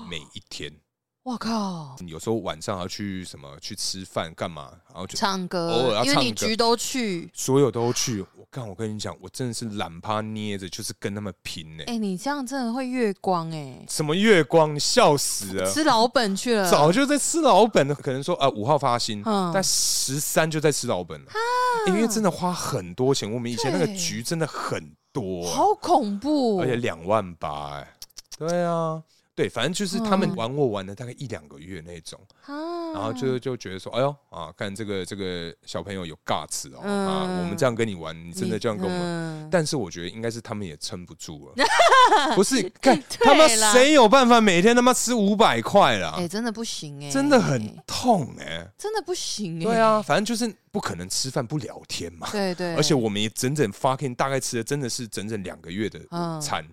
Speaker 1: 每一天。
Speaker 2: 我靠，
Speaker 1: 有时候晚上还要去什么去吃饭干嘛，然后就
Speaker 2: 唱
Speaker 1: 偶尔
Speaker 2: 歌
Speaker 1: 要，
Speaker 2: 因为你
Speaker 1: 唱歌
Speaker 2: 局都去，
Speaker 1: 所有都去。我干，我跟你讲，我真的是懒趴捏着，就是跟他们拼呢、
Speaker 2: 哎，你这样真的会月光哎，
Speaker 1: 什么月光，你笑死了。
Speaker 2: 吃老本去 了，
Speaker 1: 早就在吃老本了，可能说啊五、号发薪，
Speaker 2: 嗯
Speaker 1: 但十三就在吃老本了、因为真的花很多钱。我们以前那个
Speaker 2: 对
Speaker 1: 局真的很多、
Speaker 2: 好恐怖
Speaker 1: 而，且两万八、哎，对啊，对，反正就是他们
Speaker 2: 嗯
Speaker 1: 玩我玩了大概一两个月那种，
Speaker 2: 啊
Speaker 1: 然后就就觉得说，哎呦啊，看这个这个小朋友有尬词哦、
Speaker 2: 嗯
Speaker 1: 啊，我们这样跟你玩，你真的这样跟我们。
Speaker 2: 们，
Speaker 1: 但是我觉得应该是他们也撑不住 了，不是？看
Speaker 2: 对
Speaker 1: 他妈
Speaker 2: 啦
Speaker 1: 谁有办法每天他妈吃五百块啦？
Speaker 2: 哎，真的不行哎，
Speaker 1: 啊真的很痛哎、
Speaker 2: 真的不行哎，
Speaker 1: 对，啊，反正就是不可能吃饭不聊天嘛。
Speaker 2: 对对，
Speaker 1: 而且我们也整整 fucking 大概吃了真的是整整两个月的
Speaker 2: 嗯
Speaker 1: 餐，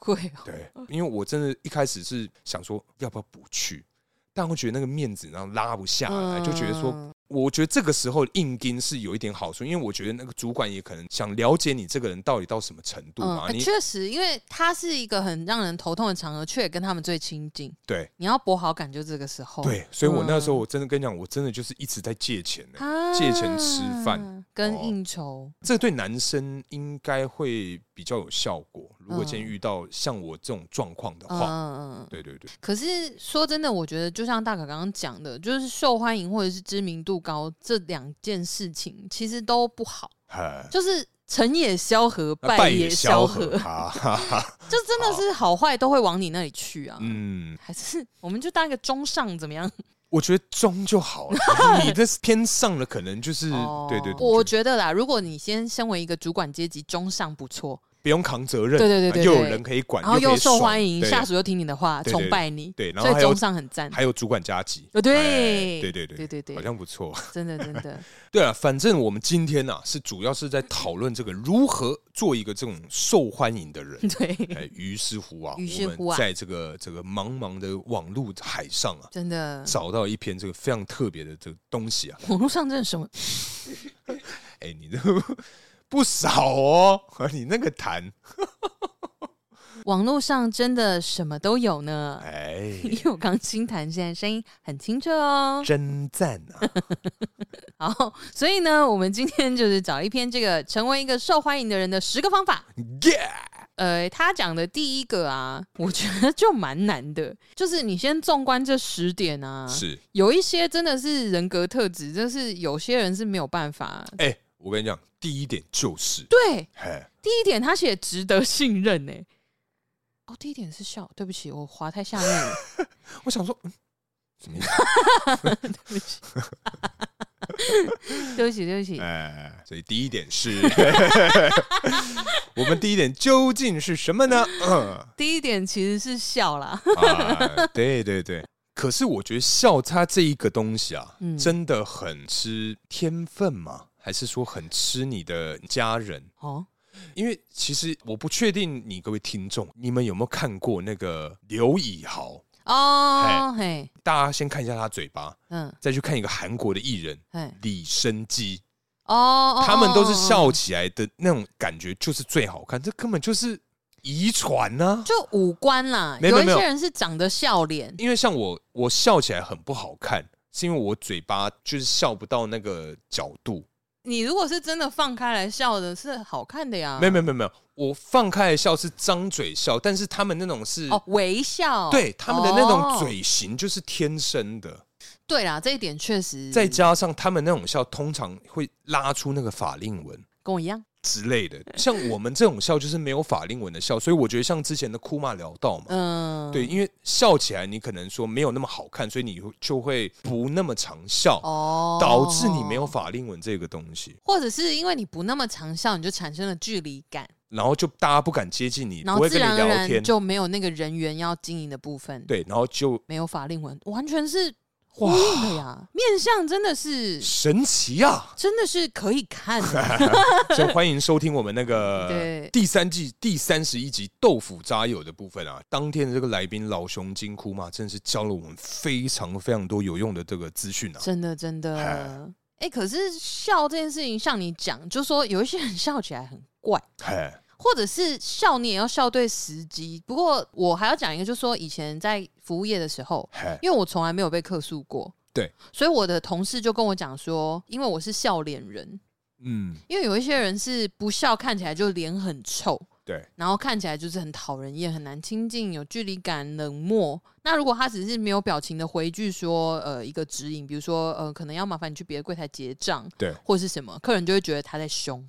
Speaker 2: 贵哦，
Speaker 1: 对，因为我真的一开始是想说要不要不去，但我觉得那个面子然后拉不下来，就觉得说，
Speaker 2: 嗯
Speaker 1: 我觉得这个时候硬盯是有一点好处，因为我觉得那个主管也可能想了解你这个人到底到什么程度
Speaker 2: 嗯，
Speaker 1: 嘛，
Speaker 2: 呃
Speaker 1: 你
Speaker 2: 确实，因为他是一个很让人头痛的场合，却也跟他们最亲近。
Speaker 1: 对
Speaker 2: 你要博好感就这个时候。
Speaker 1: 对，所以我那时候
Speaker 2: 嗯
Speaker 1: 我真的跟你讲，我真的就是一直在借钱欸呢、
Speaker 2: 啊
Speaker 1: 借钱吃饭
Speaker 2: 跟
Speaker 1: 哦
Speaker 2: 应酬，
Speaker 1: 这对男生应该会比较有效果。如如果今天遇到像我这种状况的
Speaker 2: 嗯
Speaker 1: 话，
Speaker 2: 嗯嗯。
Speaker 1: 对对对，
Speaker 2: 可是说真的，我觉得就像大可刚刚讲的，就是受欢迎或者是知名度高这两件事情，其实都不好，
Speaker 1: 哎，
Speaker 2: 就是成也萧何，
Speaker 1: 那
Speaker 2: 败
Speaker 1: 也
Speaker 2: 萧
Speaker 1: 何啊，哈哈哈
Speaker 2: 就真的是好坏都会往你那里去啊。
Speaker 1: 嗯，
Speaker 2: 还是我们就当一个中上怎么样？
Speaker 1: 我觉得中就好了， 你的偏上了，可能就是
Speaker 2: 哦
Speaker 1: 对对对，
Speaker 2: 我觉得啦，如果你先身为一个主管阶级，中上不错，
Speaker 1: 不用扛责任，
Speaker 2: 对对对对对
Speaker 1: 又有人可以管，
Speaker 2: 然后
Speaker 1: 又可以
Speaker 2: 受
Speaker 1: 爽
Speaker 2: 欢迎，
Speaker 1: 对
Speaker 2: 下属又听你的话，
Speaker 1: 对对对
Speaker 2: 崇拜你，
Speaker 1: 对，然
Speaker 2: 所
Speaker 1: 后
Speaker 2: 以
Speaker 1: 还有
Speaker 2: 中上很赞。
Speaker 1: 还有主管加级，
Speaker 2: 哦对
Speaker 1: 哎对对
Speaker 2: 对对对
Speaker 1: 好像不错。
Speaker 2: 真 的真的，
Speaker 1: 对了，反正我们今天呢、是主要是在讨论这个如何做一个这种受欢迎的人。
Speaker 2: 对，
Speaker 1: 哎，于是乎啊，
Speaker 2: 于是乎啊
Speaker 1: 我们在这个这个茫茫的网络海上啊，
Speaker 2: 真的。
Speaker 1: 找到一篇这个非常特别的这个东西啊，
Speaker 2: 网络上真的什么？
Speaker 1: 哎，你这不少哦，你那个谈，
Speaker 2: 网络上真的什么都有呢。
Speaker 1: 哎，
Speaker 2: 因为我刚清谈，现在声音很清澈哦。
Speaker 1: 真赞啊！
Speaker 2: 好，所以呢，我们今天就是找一篇这个成为一个受欢迎的人的十个方法。
Speaker 1: 耶，
Speaker 2: 呃，他讲的第一个啊，我觉得就蛮难的，就是你先纵观这十点啊，
Speaker 1: 是，
Speaker 2: 有一些真的是人格特质，就是有些人是没有办法。
Speaker 1: 哎，我跟你讲，第一点就是，
Speaker 2: 对，
Speaker 1: 哎，
Speaker 2: 第一点他写值得信任欸呢、哦，第一点是笑，对不起，我滑太下面了，
Speaker 1: 我想说，嗯，什么意思？
Speaker 2: 对不起， 对不起，对不起。
Speaker 1: 哎，所以第一点是， 我们第一点究竟是什么呢？嗯
Speaker 2: 第一点其实是笑啦，
Speaker 1: 啊，对对对。可是我觉得笑它这一个东西啊，
Speaker 2: 嗯
Speaker 1: 真的很吃天分吗？还是说很吃你的家人？
Speaker 2: 哦，
Speaker 1: 因为其实我不确定你各位听众，你们有没有看过那个刘以豪？
Speaker 2: 哦，嘿，
Speaker 1: 大家先看一下他嘴巴，
Speaker 2: 嗯，
Speaker 1: 再去看一个韩国的艺人
Speaker 2: 嘿，
Speaker 1: 李生基，
Speaker 2: 哦嗯哦，哦
Speaker 1: 他们都是，
Speaker 2: 哦哦
Speaker 1: 笑起来的那种感觉，就是最好看。这根本就是遗传啊呐、
Speaker 2: 就五官啦，
Speaker 1: 没有
Speaker 2: 一
Speaker 1: 没有
Speaker 2: 些人是长得笑脸，
Speaker 1: 因为像我，我笑起来很不好看，是因为我嘴巴就是笑不到那个角度。
Speaker 2: 你如果是真的放开来笑的，是好看的呀。
Speaker 1: 没有没有没有没有，我放开来笑是张嘴笑，但是他们那种是。
Speaker 2: 哦，微笑。
Speaker 1: 对他们的那
Speaker 2: 哦嗯
Speaker 1: 种嘴型就是天生的，
Speaker 2: 对啦，这一点确实
Speaker 1: 再加上他们那种笑通常会拉出那个法令纹
Speaker 2: 跟我一样。
Speaker 1: 之类的，像我们这种笑就是没有法令纹的笑，所以我觉得像之前的库玛聊到嘛，
Speaker 2: 嗯，
Speaker 1: 对，。因为笑起来你可能说没有那么好看，所以你就会不那么常笑，
Speaker 2: 哦，
Speaker 1: 导致你没有，法令纹这个东西，
Speaker 2: 或者是因为你不那么常笑，你就产生了距离感，
Speaker 1: 然后就大家不敢接近你，
Speaker 2: 然后
Speaker 1: 不会
Speaker 2: 自
Speaker 1: 跟你
Speaker 2: 然而
Speaker 1: 聊天
Speaker 2: 然，就没有那个人员要经营的部分。，
Speaker 1: 对，然后就
Speaker 2: 没有法令纹，完全是呼应的呀。面相真的是，
Speaker 1: 神奇 啊！
Speaker 2: 真的是可以 看的。
Speaker 1: 所以欢迎收听我们那个
Speaker 2: 对
Speaker 1: 第三季第三十一集豆腐渣友的部分啊。当天的这个来宾老熊金库嘛，真的是教了我们非常非常多有用的这个资讯啊。
Speaker 2: 真的真的。
Speaker 1: 哎
Speaker 2: 哎、可是笑这件事情，像你讲，就说有一些人 笑起来很怪，
Speaker 1: 嘿，
Speaker 2: 或者是笑你也要笑对时机。不过我还要讲一个，就说以前在服务业的时候，
Speaker 1: 嘿，
Speaker 2: 因为我从来没有被客诉过，
Speaker 1: 对，
Speaker 2: 所以我的同事就跟我讲说，因为我是笑脸人，
Speaker 1: 嗯，
Speaker 2: 因为有一些人是不笑，看起来就脸很臭。
Speaker 1: 对，
Speaker 2: 然后看起来就是很讨人厌，很难亲近，有距离感，冷漠。那如果他只是没有表情的回一句说，呃，一个指引，比如说，呃，可能要麻烦你去别的柜台结账，
Speaker 1: 对
Speaker 2: 或是什么，客人就会觉得他在凶。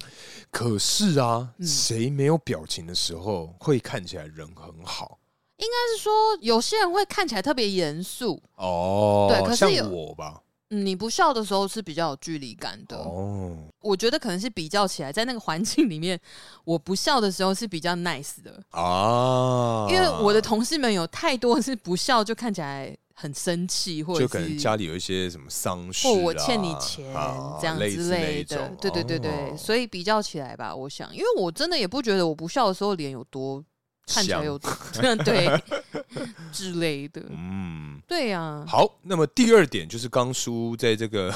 Speaker 1: 可是啊，
Speaker 2: 嗯
Speaker 1: 谁没有表情的时候会看起来人很好
Speaker 2: 但是说有些人会看起来特别严肃，
Speaker 1: 哦？
Speaker 2: 对可是有
Speaker 1: 像我吧，
Speaker 2: 嗯你不笑的时候是比较有距离感的。
Speaker 1: 哦，
Speaker 2: 我觉得可能是比较起来，在那个环境里面，我不笑的时候是比较 nice 的，
Speaker 1: 啊，
Speaker 2: 因为我的同事们有太多是不笑就看起来很生气，或者
Speaker 1: 就是可能家里有一些什么丧事、啊，
Speaker 2: 或我欠你钱、
Speaker 1: 啊
Speaker 2: 这样
Speaker 1: 类似
Speaker 2: 之
Speaker 1: 那
Speaker 2: 类
Speaker 1: 一
Speaker 2: 的
Speaker 1: 种，
Speaker 2: 对对对对，
Speaker 1: 哦
Speaker 2: 所以比较起来吧，我想，因为我真的也不觉得我不笑的时候脸有多看起来
Speaker 1: 香
Speaker 2: 有 对之类的，
Speaker 1: 嗯，
Speaker 2: 对啊呀、
Speaker 1: 好，那么第二点就是刚叔在这个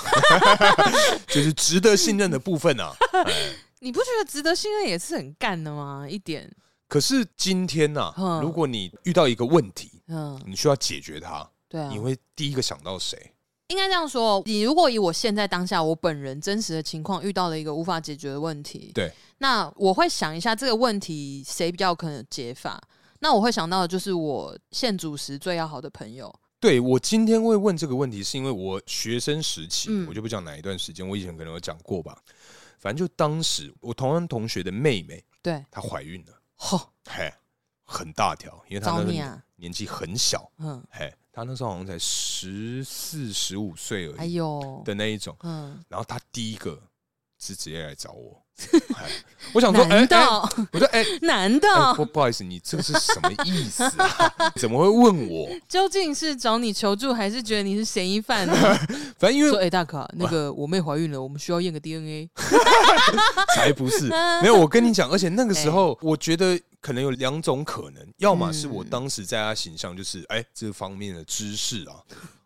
Speaker 1: 就是值得信任的部分啊。哎
Speaker 2: 你不觉得值得信任也是很干的吗？一点，
Speaker 1: 可是今天呢、
Speaker 2: 嗯
Speaker 1: 如果你遇到一个问题，
Speaker 2: 嗯，
Speaker 1: 你需要解决它，
Speaker 2: 对啊
Speaker 1: 你，会第一个想到谁？
Speaker 2: 应该这样说，哦你如果以我现在当下我本人真实的情况遇到了一个无法解决的问题，
Speaker 1: 对，
Speaker 2: 那我会想一下这个问题谁比较有可能有解法。那我会想到的就是我现主时最要好的朋友，
Speaker 1: 对我今天会问这个问题，是因为我学生时期，
Speaker 2: 嗯
Speaker 1: 我就不讲哪一段时间，我以前可能有讲过吧。反正就当时我同班同学的妹妹，
Speaker 2: 对，
Speaker 1: 她怀孕了，
Speaker 2: 吼，
Speaker 1: 嘿，很大条，因为她
Speaker 2: 找
Speaker 1: 那
Speaker 2: 你
Speaker 1: 个
Speaker 2: 啊，
Speaker 1: 年纪很小，
Speaker 2: 嗯，
Speaker 1: 嘿，她那时候好像才十四十五岁而
Speaker 2: 哎
Speaker 1: 已
Speaker 2: 呦，
Speaker 1: 的那一种。
Speaker 2: 嗯，
Speaker 1: 然后她第一个是直接来找我， 嘿我想说，哎、
Speaker 2: 难
Speaker 1: 哎
Speaker 2: 道
Speaker 1: 我说，哎、
Speaker 2: 难
Speaker 1: 哎
Speaker 2: 道
Speaker 1: 不不好意思，你这个是什么意思啊？ 怎么会问我？
Speaker 2: 究竟是找你求助，还是觉得你是嫌疑 犯呢？
Speaker 1: 反正因为
Speaker 2: 说，哎，大可，那个我妹怀孕了，我们需要验个 DNA。
Speaker 1: 才不是，
Speaker 2: 嗯
Speaker 1: 没有。我跟你讲，而且那个
Speaker 2: 哎
Speaker 1: 时候，我觉得可能有两种可能，要么是我
Speaker 2: 嗯
Speaker 1: 当时在他形象就是，哎、这方面的知识啊，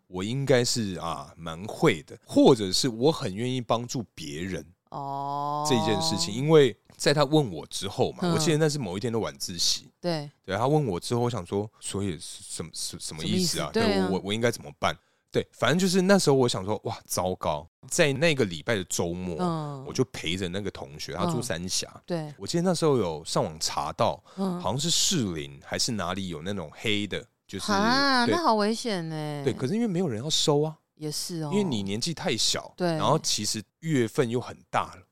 Speaker 1: 我应该是啊蛮会的，或者是我很愿意帮助别人
Speaker 2: 哦，
Speaker 1: 这件事情，，因为在他问我之后嘛，
Speaker 2: 嗯
Speaker 1: 我记得那是某一天的晚自习。
Speaker 2: 对，
Speaker 1: 对他问我之后，我想说，所以是什么什什么意思啊？
Speaker 2: 什么意思对啊
Speaker 1: 我我我应该怎么办？对，反正就是那时候我想说，哇，糟糕！在那个礼拜的周末，
Speaker 2: 嗯
Speaker 1: 我，就陪着那个同学，他住
Speaker 2: 嗯
Speaker 1: 三峡，
Speaker 2: 对，
Speaker 1: 我记得那时候有上网查到，
Speaker 2: 嗯，
Speaker 1: 好像是士林还是哪里有那种黑的，就是、
Speaker 2: 啊，
Speaker 1: 对
Speaker 2: 那好危险呢。
Speaker 1: 对，可是因为没有人要收啊，
Speaker 2: 也是哦，
Speaker 1: 因为你年纪太小，
Speaker 2: 对
Speaker 1: 然后其实月份又很 大了，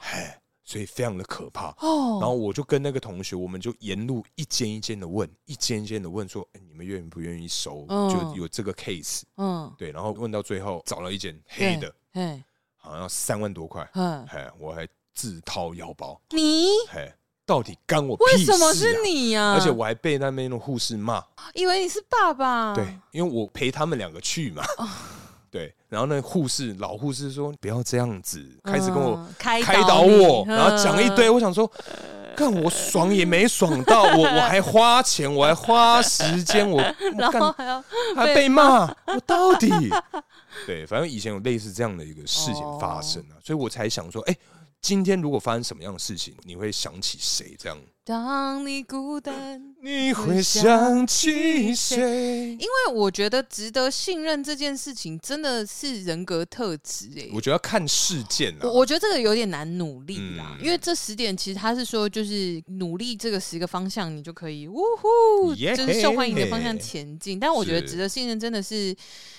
Speaker 1: 嘿，所以非常的可怕。
Speaker 2: 哦，
Speaker 1: 然后我就跟那个同学，我们就沿路一间一间的问，一间一间的问说，哎你们愿不愿意收？
Speaker 2: 嗯
Speaker 1: 就有这个 case，
Speaker 2: 嗯，
Speaker 1: 对，然后问到最后找了一间黑的，
Speaker 2: 嘿，
Speaker 1: 好像要三万 多块，
Speaker 2: 嗯，
Speaker 1: 嘿，我还自掏腰包，
Speaker 2: 你
Speaker 1: 嘿，到底干我
Speaker 2: 为
Speaker 1: 屁事、啊？
Speaker 2: 什么是你呀？
Speaker 1: 而且我还被那边的护士骂，
Speaker 2: 以为你是爸爸，
Speaker 1: 对，因为我陪他们两个去嘛，对，然后那护士老护士说不要这样子，
Speaker 2: 嗯，
Speaker 1: 开始跟我
Speaker 2: 开
Speaker 1: 开导
Speaker 2: 你
Speaker 1: 我，然后讲一堆，
Speaker 2: 嗯
Speaker 1: 我想说，看我爽也没爽到，我我还花钱，我还花时 间，我
Speaker 2: 然
Speaker 1: 我
Speaker 2: 后
Speaker 1: 干
Speaker 2: 还要
Speaker 1: 还被骂，我到底 对，反正以前有类似这样的一个事情发生啊，所以我才想说，哎，今天如果发生什么样的事情，你会想起谁这样？
Speaker 2: 当你孤单。
Speaker 1: 你
Speaker 2: 会
Speaker 1: 会
Speaker 2: 想
Speaker 1: 想起谁？
Speaker 2: 因为我觉得值得信任这件事情真的是人格特质欸诶、
Speaker 1: 我觉得要看事件啊。
Speaker 2: 我我觉得这个有点难努力啦，
Speaker 1: 嗯
Speaker 2: 因为这十点其实他是说，就是努力这个十个方向，你就可以呜呼
Speaker 1: 耶
Speaker 2: 就是受欢迎的方向前进。但我觉得
Speaker 1: 是
Speaker 2: 值得信任真的是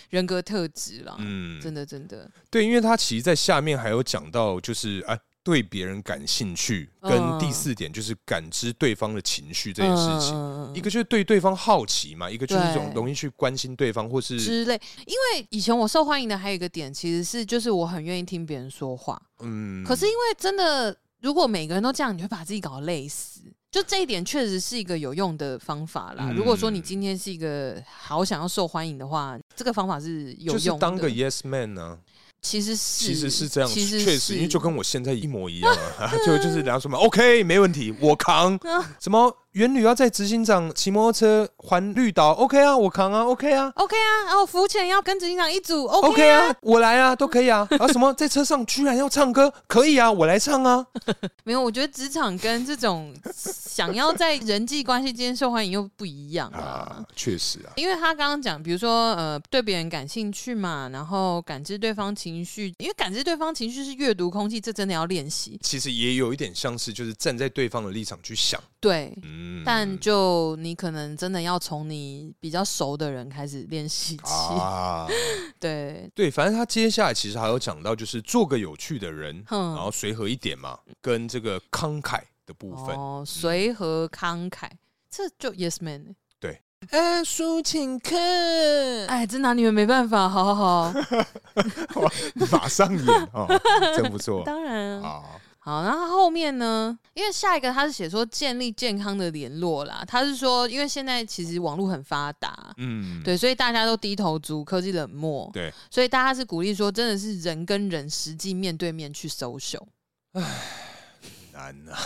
Speaker 2: 人格特质啦，
Speaker 1: 嗯，
Speaker 2: 真的真的，
Speaker 1: 对，因为他其实，在下面还有讲到，就是哎，对别人感兴趣，
Speaker 2: 嗯
Speaker 1: 跟第四点就是感知对方的情绪这件事情。
Speaker 2: 嗯嗯嗯
Speaker 1: 一个就是对对方好奇嘛，一个就是
Speaker 2: 对
Speaker 1: 这种容易去关心对方，或是
Speaker 2: 之类，因为以前我受欢迎的还有一个点，其实是就是我很愿意听别人说话，
Speaker 1: 嗯，
Speaker 2: 可是因为真的，如果每个人都这样，你会把自己搞累死。就这一点确实是一个有用的方法啦。
Speaker 1: 嗯
Speaker 2: 如果说你今天是一个好想要受欢迎的话，这个方法是有
Speaker 1: 就是
Speaker 2: 用的。
Speaker 1: 当个 yes man 呢、
Speaker 2: 其实是
Speaker 1: 其实是这样，
Speaker 2: 其实
Speaker 1: 确
Speaker 2: 是
Speaker 1: 实，因为就跟我现在一模一样啊， 就就是人家说嘛，OK，没问题，我 扛。什么元旅要在执行长骑摩托车环绿岛，OK 啊，我扛啊，OK 啊，
Speaker 2: OK 啊，然后浮潜要跟执行长一组 OK
Speaker 1: OK
Speaker 2: 啊。
Speaker 1: 啊，我来啊，都可以啊。然后什么在车上居然要唱歌，可以啊，我来唱啊。
Speaker 2: 没有，我觉得职场跟这种想要在人际关系之间受欢迎又不一样啊。，
Speaker 1: 确实啊，
Speaker 2: 因为他刚刚讲，比如说呃，对别人感兴趣嘛，然后感知对方情绪，因为感知对方情绪是阅读空气，这真的要练习。
Speaker 1: 其实也有一点像是就是站在对方的立场去想，
Speaker 2: 对，
Speaker 1: 嗯，
Speaker 2: 但就你可能真的要从你比较熟的人开始练习起。
Speaker 1: 啊，
Speaker 2: 对，
Speaker 1: 对，反正他接下来其实还有讲到就是做个有趣的人，
Speaker 2: 哼
Speaker 1: 然后随和一点嘛，跟这个慷慨的部分。嗯
Speaker 2: 哦，随和慷慨，这就 Yes Man 欸。
Speaker 1: 哎，抒情课，
Speaker 2: 哎，这拿你们没办法。好好 好，
Speaker 1: 马上演哦，真不错
Speaker 2: 当然啊。
Speaker 1: 啊。
Speaker 2: 好，然后后面呢？因为下一个他是写说建立健康的联络啦，他是说因为现在其实网络很发达，
Speaker 1: 嗯，
Speaker 2: 对，所以大家都低头族，科技冷漠，
Speaker 1: 对，
Speaker 2: 所以大家是鼓励说，真的是人跟人实际面对面去 social。
Speaker 1: 难啊，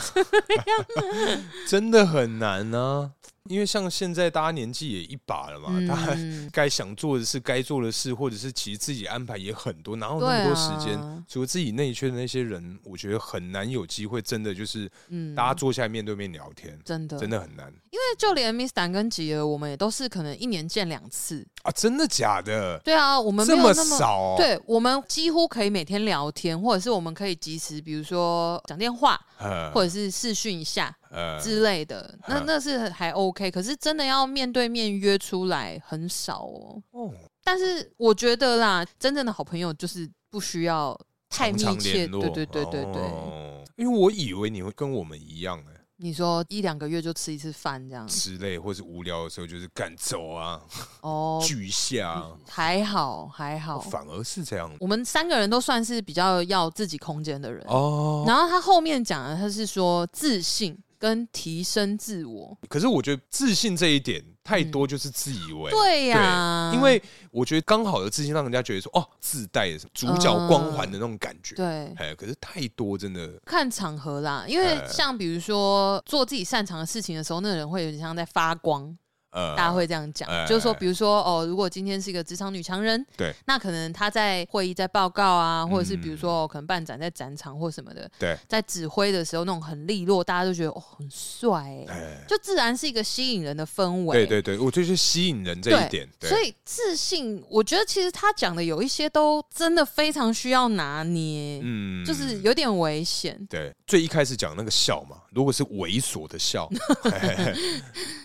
Speaker 1: 真的很难啊。因为像现在大家年纪也一把了嘛，大家
Speaker 2: 嗯，
Speaker 1: 该想做的事、该做的事，或者是其实自己安排也很多，哪有那么
Speaker 2: 对
Speaker 1: 多时
Speaker 2: 啊
Speaker 1: 间？除了自己内圈的那些人，我觉得很难有机会真的就是
Speaker 2: 嗯
Speaker 1: 大家坐下来面对面聊天，
Speaker 2: 真的
Speaker 1: 真的很难
Speaker 2: 因为就连 Miss Dan 跟吉儿，我们也都是可能一年见两次。
Speaker 1: 啊！真的假的？
Speaker 2: 对啊，我们没
Speaker 1: 这
Speaker 2: 有那
Speaker 1: 少、哦？，
Speaker 2: 对我们几乎可以每天聊天，或者是我们可以及时，比如说讲电话，
Speaker 1: 呃
Speaker 2: 或者是视讯一下
Speaker 1: 呃
Speaker 2: 之类的，那
Speaker 1: 嗯
Speaker 2: 那是还 OK。可是真的要面对面约出来很少哦。
Speaker 1: 哦，
Speaker 2: 但是我觉得啦，真正的好朋友就是不需要太
Speaker 1: 常
Speaker 2: 密
Speaker 1: 常
Speaker 2: 切，
Speaker 1: 联络
Speaker 2: 对对对对对。
Speaker 1: 哦因为我以为你会跟我们一样哎、
Speaker 2: 你说一两个月就吃一次饭 这样，
Speaker 1: 之类，或是无聊的时候就是干走啊，
Speaker 2: 哦，
Speaker 1: 聚一下啊、
Speaker 2: 还好还好，
Speaker 1: 反而是这样
Speaker 2: 我们三个人都算是比较要自己空间的人。
Speaker 1: 哦。
Speaker 2: 然后他后面讲的，他是说自信跟提升自我，
Speaker 1: 可是我觉得自信这一点太多，就是自以为。
Speaker 2: 嗯对呀、
Speaker 1: 因为我觉得刚好的自信让人家觉得说哦，自带的主角光环的那种感觉。
Speaker 2: 嗯对。
Speaker 1: 哎，可是太多真的
Speaker 2: 看场合啦，因为
Speaker 1: 呃
Speaker 2: 像比如说做自己擅长的事情的时候，那个人会有点像在发光，
Speaker 1: 呃，
Speaker 2: 大家会这样讲，
Speaker 1: 呃
Speaker 2: 就是说，比如说哦，如果今天是一个职场女强人，
Speaker 1: 对，
Speaker 2: 那可能她在会议、在报告啊，或者是比如
Speaker 1: 嗯
Speaker 2: 说、哦可能办展在展场或什么的，
Speaker 1: 对，
Speaker 2: 在指挥的时候那种很利落，大家都觉得哦很帅、欸，
Speaker 1: 哎，
Speaker 2: 就自然是一个吸引人的氛围，
Speaker 1: 对对对，我觉得是吸引人这
Speaker 2: 对，
Speaker 1: 一点，对
Speaker 2: 所以自信，我觉得其实他讲的有一些都真的非常需要拿捏，
Speaker 1: 嗯
Speaker 2: 就是有点危险。
Speaker 1: 对，最一开始讲那个笑嘛，如果是猥琐 的笑， 嘿嘿嘿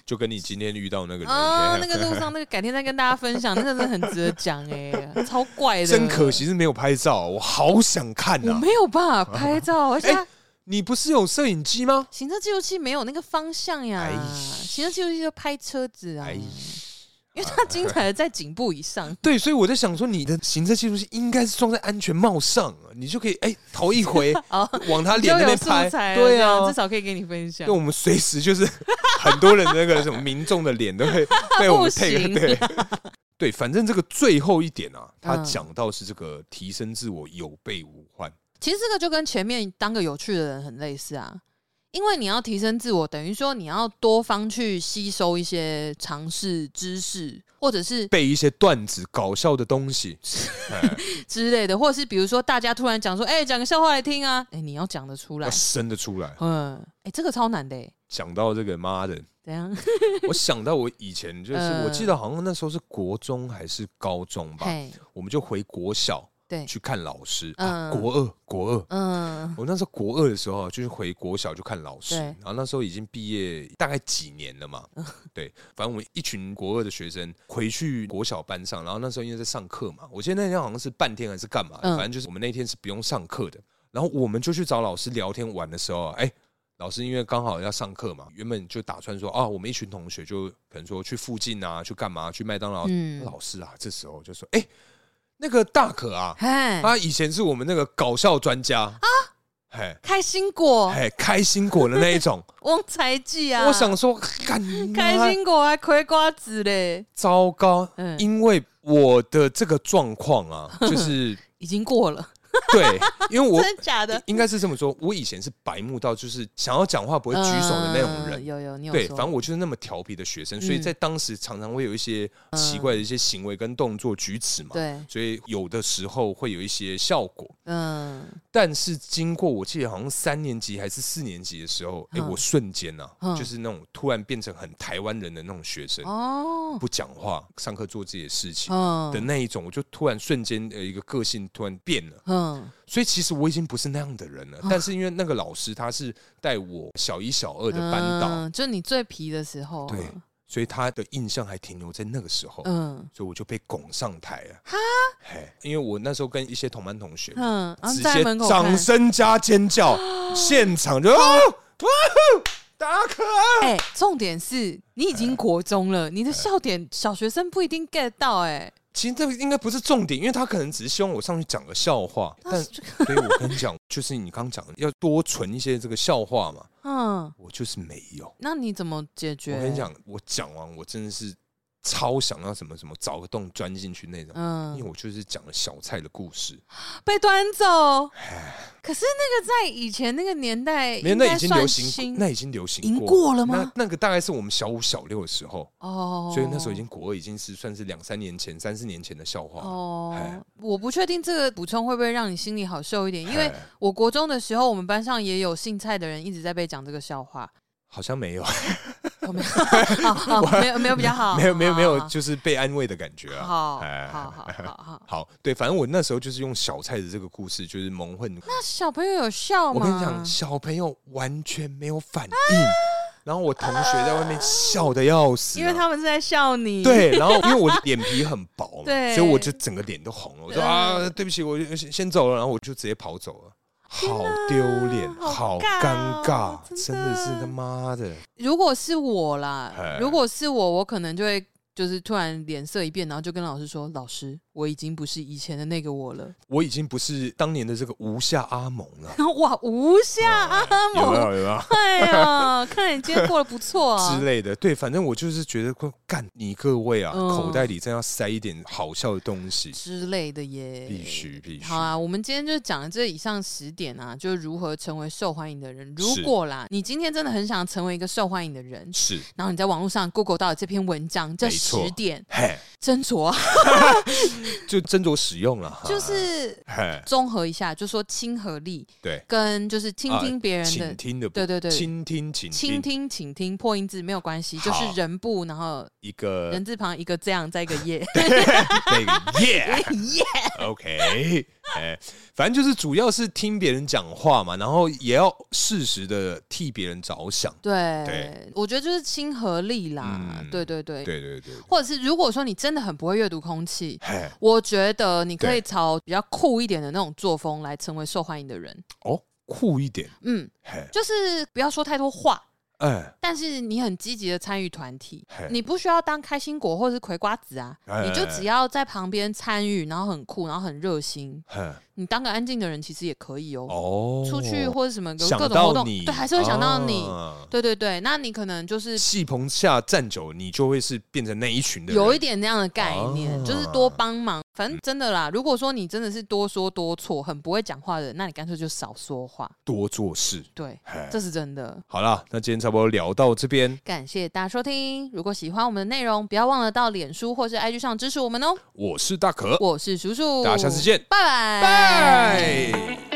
Speaker 1: 就跟你今天遇到那个人
Speaker 2: 啊、
Speaker 1: 嘿
Speaker 2: 那
Speaker 1: 嘿
Speaker 2: 个路上那个改天再跟大家分享，那个真的很值得讲哎、 超怪的，
Speaker 1: 真可惜，是没有拍照，我好想看
Speaker 2: 我
Speaker 1: 啊！哎
Speaker 2: 没有办法拍照，而且它
Speaker 1: 你不是有摄影机吗？
Speaker 2: 行车记录器没有那个方向呀，
Speaker 1: 哎
Speaker 2: 行车记录器就拍车子啊，
Speaker 1: 哎
Speaker 2: 因为它精彩的在颈部以 上，
Speaker 1: 对，所以我在想说，你的行车记录器应该是装在安全帽上，你就可以哎、头一回
Speaker 2: 哦
Speaker 1: 往他
Speaker 2: 你就
Speaker 1: 脸那
Speaker 2: 有
Speaker 1: 边
Speaker 2: 素
Speaker 1: 拍
Speaker 2: 材，了
Speaker 1: 对
Speaker 2: 这样
Speaker 1: 啊
Speaker 2: 至，少可以给你分享
Speaker 1: 对，。我们随时就是 很多人的那个什么民众的脸都会被我
Speaker 2: 不
Speaker 1: 们 take
Speaker 2: 行
Speaker 1: 对。 对，反正这个最后一点啊，他
Speaker 2: 嗯
Speaker 1: 讲到是这个提升自我有备无患，
Speaker 2: 其实这个就跟前面当个有趣的人很类似啊，因为你要提升自我，等于说你要多方去吸收一些尝试知识，或者是
Speaker 1: 背一些段子、搞笑的东西，哎
Speaker 2: 之类的，或者是比如说大家突然讲说，哎、讲个笑话来听啊，哎、你要讲得出来
Speaker 1: 要，生得出来。
Speaker 2: 嗯，哎、这个超难的、欸，
Speaker 1: 讲到这个妈的，
Speaker 2: 怎样？
Speaker 1: 我想到我以 前就是，
Speaker 2: 嗯
Speaker 1: 我记得好像那时候是国中还是高中吧，
Speaker 2: 嘿，
Speaker 1: 我们就回国小
Speaker 2: 对，
Speaker 1: 去看老师啊，
Speaker 2: 嗯
Speaker 1: 国二，国二。
Speaker 2: 嗯，
Speaker 1: 我那时候国二的时候啊，就是回国小去看老师
Speaker 2: 对，
Speaker 1: 然后那时候已经毕业大概几年 了嘛，对，反正我们一群国二的学生回去国小班上，然后那时候因为在上课嘛，我记得那天好像是半天还是干嘛的，
Speaker 2: 嗯
Speaker 1: 反正就是我们那天是不用上课的，然后我们就去找老师聊天玩的时候啊，哎、老师因为刚好要上课嘛，原本就打算说啊，我们一群同学就可能说去附近啊，去干嘛，去麦当劳。
Speaker 2: 嗯
Speaker 1: 老师啊，这时候就说，哎、那个大可啊，
Speaker 2: 嘿，
Speaker 1: 他以前是我们那个搞笑专家啊，嘿，
Speaker 2: 开心果，
Speaker 1: 嘿，开心果的那 一种。
Speaker 2: 旺财记啊，
Speaker 1: 我想说，干你妈
Speaker 2: 开心果还葵瓜子嘞，
Speaker 1: 糟糕，
Speaker 2: 嗯
Speaker 1: 因为我的这个状况啊， 就是
Speaker 2: 已经过了，
Speaker 1: 对，因为我
Speaker 2: 真的假的？
Speaker 1: 应该是这么说，我以前是白目到就是想要讲话不
Speaker 2: 我
Speaker 1: 会举手的那种人。
Speaker 2: 呃嗯有有，你有
Speaker 1: 对，
Speaker 2: 说
Speaker 1: 反正我就是那么调皮的学生，所以
Speaker 2: 嗯
Speaker 1: 在当时常常会有一些奇怪的一些行为跟动作举止嘛，
Speaker 2: 嗯对，
Speaker 1: 所以有的时候会有一些效果。
Speaker 2: 嗯。
Speaker 1: 但是经过我记得好像三年级还是四年级的时候，哎、
Speaker 2: 嗯
Speaker 1: 我瞬间啊，
Speaker 2: 嗯
Speaker 1: 就是那种突然变成很台湾人的那种学生，
Speaker 2: 哦，
Speaker 1: 不讲话，上课做自己的事情。
Speaker 2: 嗯
Speaker 1: 的那一种，我就突然瞬间呃一个个性突然变了，
Speaker 2: 嗯
Speaker 1: 所以其实我已经不是那样的人了。但是因为那个老师他是带我小一小二的班导，
Speaker 2: 嗯，就你最皮的时候，
Speaker 1: 对，所以他的印象还停留在那个时候，
Speaker 2: 嗯
Speaker 1: 所以我就被拱上台了。哈，因为我那时候跟一些同班同学，
Speaker 2: 嗯，然后
Speaker 1: 直
Speaker 2: 站在
Speaker 1: 接
Speaker 2: 门口看
Speaker 1: 掌，声加 尖叫，现场就啊哇呼，大可
Speaker 2: 哎，重点是你已经国中了，你的笑点小学生不一定 get 到，哎，
Speaker 1: 其实这个应该不是重点，因为他可能只是希望我上去讲个笑话，但
Speaker 2: 啊是
Speaker 1: 所以我跟你讲， 就是你刚讲的要多存一些这个笑话嘛，
Speaker 2: 嗯，
Speaker 1: 我就是没有。
Speaker 2: 那你怎么解决？
Speaker 1: 我跟你，讲，我讲完我真的是超想要什么什么找个洞钻进去那种，因
Speaker 2: 嗯，
Speaker 1: 为我就是讲了小蔡的故事，
Speaker 2: 被端走。可是那个在以前那个年代，
Speaker 1: 没有，哎那已经流行，
Speaker 2: 新
Speaker 1: 那已经流行
Speaker 2: 赢过了吗
Speaker 1: 那那个大概是我们小五小六的时候，
Speaker 2: 哦，
Speaker 1: 所以那时候已经国二已经是算是两三年前、三四年前的笑话了。哎
Speaker 2: 哦，我不确定这个补充会不会让你心里好受一点，因为
Speaker 1: 哎
Speaker 2: 我国中的时候，我们班上也有姓蔡的人一直在被讲这个笑 话。
Speaker 1: 好像没有，
Speaker 2: 哦，没有， 好好没有，没有比较好，
Speaker 1: 没有，没有，没有，
Speaker 2: 好
Speaker 1: 就是被安慰的感觉啊。
Speaker 2: 好
Speaker 1: 哎
Speaker 2: 好好好好。
Speaker 1: 好，对，反正我那时候就是用小蔡的这个故事，就是蒙混。
Speaker 2: 那小朋友有笑
Speaker 1: 我
Speaker 2: 吗？
Speaker 1: 跟你讲，啊小朋友完全没有反应，然后我同学在外面笑的要死啊、
Speaker 2: 因为他们是在笑你。，
Speaker 1: 对，然后因为我的脸皮很薄嘛，
Speaker 2: 对
Speaker 1: 所以我就整个脸都红了。我说啊，对不起，我就先先走了，然后我就直接跑走了。好丢脸，
Speaker 2: 好
Speaker 1: 好尴
Speaker 2: 尬
Speaker 1: 尬
Speaker 2: 哦，
Speaker 1: 真
Speaker 2: 真
Speaker 1: 的
Speaker 2: 的
Speaker 1: 是他妈的！
Speaker 2: 如果是我啦
Speaker 1: 哎，
Speaker 2: 如果是我，我可能就会。就是突然脸色一变，然后就跟老师说：“老师，我已经不是以前的那个我了。
Speaker 1: 我已经不是当年的这个无下阿蒙了”，
Speaker 2: 然后哇，无下阿
Speaker 1: 有
Speaker 2: 蒙，
Speaker 1: 没有？有没有？
Speaker 2: 哎呀， 看来你今天过得不错啊
Speaker 1: 之。类的，对，反正我就是觉得，干你各位啊，
Speaker 2: 嗯
Speaker 1: 口袋里真要塞一点好笑的东西，
Speaker 2: 之类的耶，
Speaker 1: 必须必须。
Speaker 2: 好啊！我们今天就讲了这以上十点啊，就是如何成为受欢迎的人。如
Speaker 1: 是
Speaker 2: 果啦，你今天真的很想成为一个受欢迎的人，
Speaker 1: 是，
Speaker 2: 然后你在网络上 Google 到了这篇文章，这
Speaker 1: 没错
Speaker 2: 十点
Speaker 1: 嘿，
Speaker 2: 斟酌啊，
Speaker 1: 就斟酌使用了，哈
Speaker 2: 就是
Speaker 1: 嘿，
Speaker 2: 综合一下，就说亲和力
Speaker 1: 对，
Speaker 2: 跟就是倾听别人的
Speaker 1: 倾，听的部，
Speaker 2: 对对对
Speaker 1: 倾听，啊倾
Speaker 2: 倾听、请听、破音字没有关系，就是
Speaker 1: 好
Speaker 2: 人部，然后
Speaker 1: 一个
Speaker 2: 人字旁一个这样，再一个耶
Speaker 1: 呃那个耶
Speaker 2: 耶，
Speaker 1: ，OK，哎，反正就是主要是听别人讲话嘛，然后也要适时的替别人着想。
Speaker 2: 对，
Speaker 1: 对
Speaker 2: 我觉得就是亲和力啦，
Speaker 1: 嗯
Speaker 2: 对对对。
Speaker 1: 对对对，对
Speaker 2: 或者是如果说你真的很不会阅读空气，
Speaker 1: 嘿，
Speaker 2: 我觉得你可
Speaker 1: 对
Speaker 2: 以朝比较酷一点的那种作风来成为受欢迎的人。
Speaker 1: 哦，酷一点，
Speaker 2: 嗯，
Speaker 1: 嘿，
Speaker 2: 就是不要说太多话，
Speaker 1: 哎，
Speaker 2: 但是你很积极的参与团体
Speaker 1: 嘿，
Speaker 2: 你不需要当开心果或是葵瓜子啊，
Speaker 1: 哎
Speaker 2: 你就只要在旁边参与，然后很酷，然后很热心，
Speaker 1: 嘿，
Speaker 2: 你当个安静的人其实也可以哦。
Speaker 1: 哦，
Speaker 2: 出去或者什么有
Speaker 1: 想
Speaker 2: 各种活
Speaker 1: 到
Speaker 2: 动，
Speaker 1: 你，
Speaker 2: 对，还是会想到你。
Speaker 1: 啊
Speaker 2: 对对对，那你可能就是
Speaker 1: 戏棚下站久，你就会是变成那一群的人。
Speaker 2: 有一点那样的概念，
Speaker 1: 啊嗯
Speaker 2: 就是多帮忙。反正真的啦，如果说你真的是多说多错、很不会讲话的人，那你干脆就少说话。
Speaker 1: 多做事。
Speaker 2: 对，
Speaker 1: 嘿
Speaker 2: 这是真的。
Speaker 1: 好啦，那今天差不多聊到这边，
Speaker 2: 感谢大家收听，如果喜欢我们的内容，不要忘了到脸书或是 IG 上支持我们哦。
Speaker 1: 我是大可，
Speaker 2: 我是叔叔，
Speaker 1: 大家下次见，
Speaker 2: 拜拜。
Speaker 1: 拜。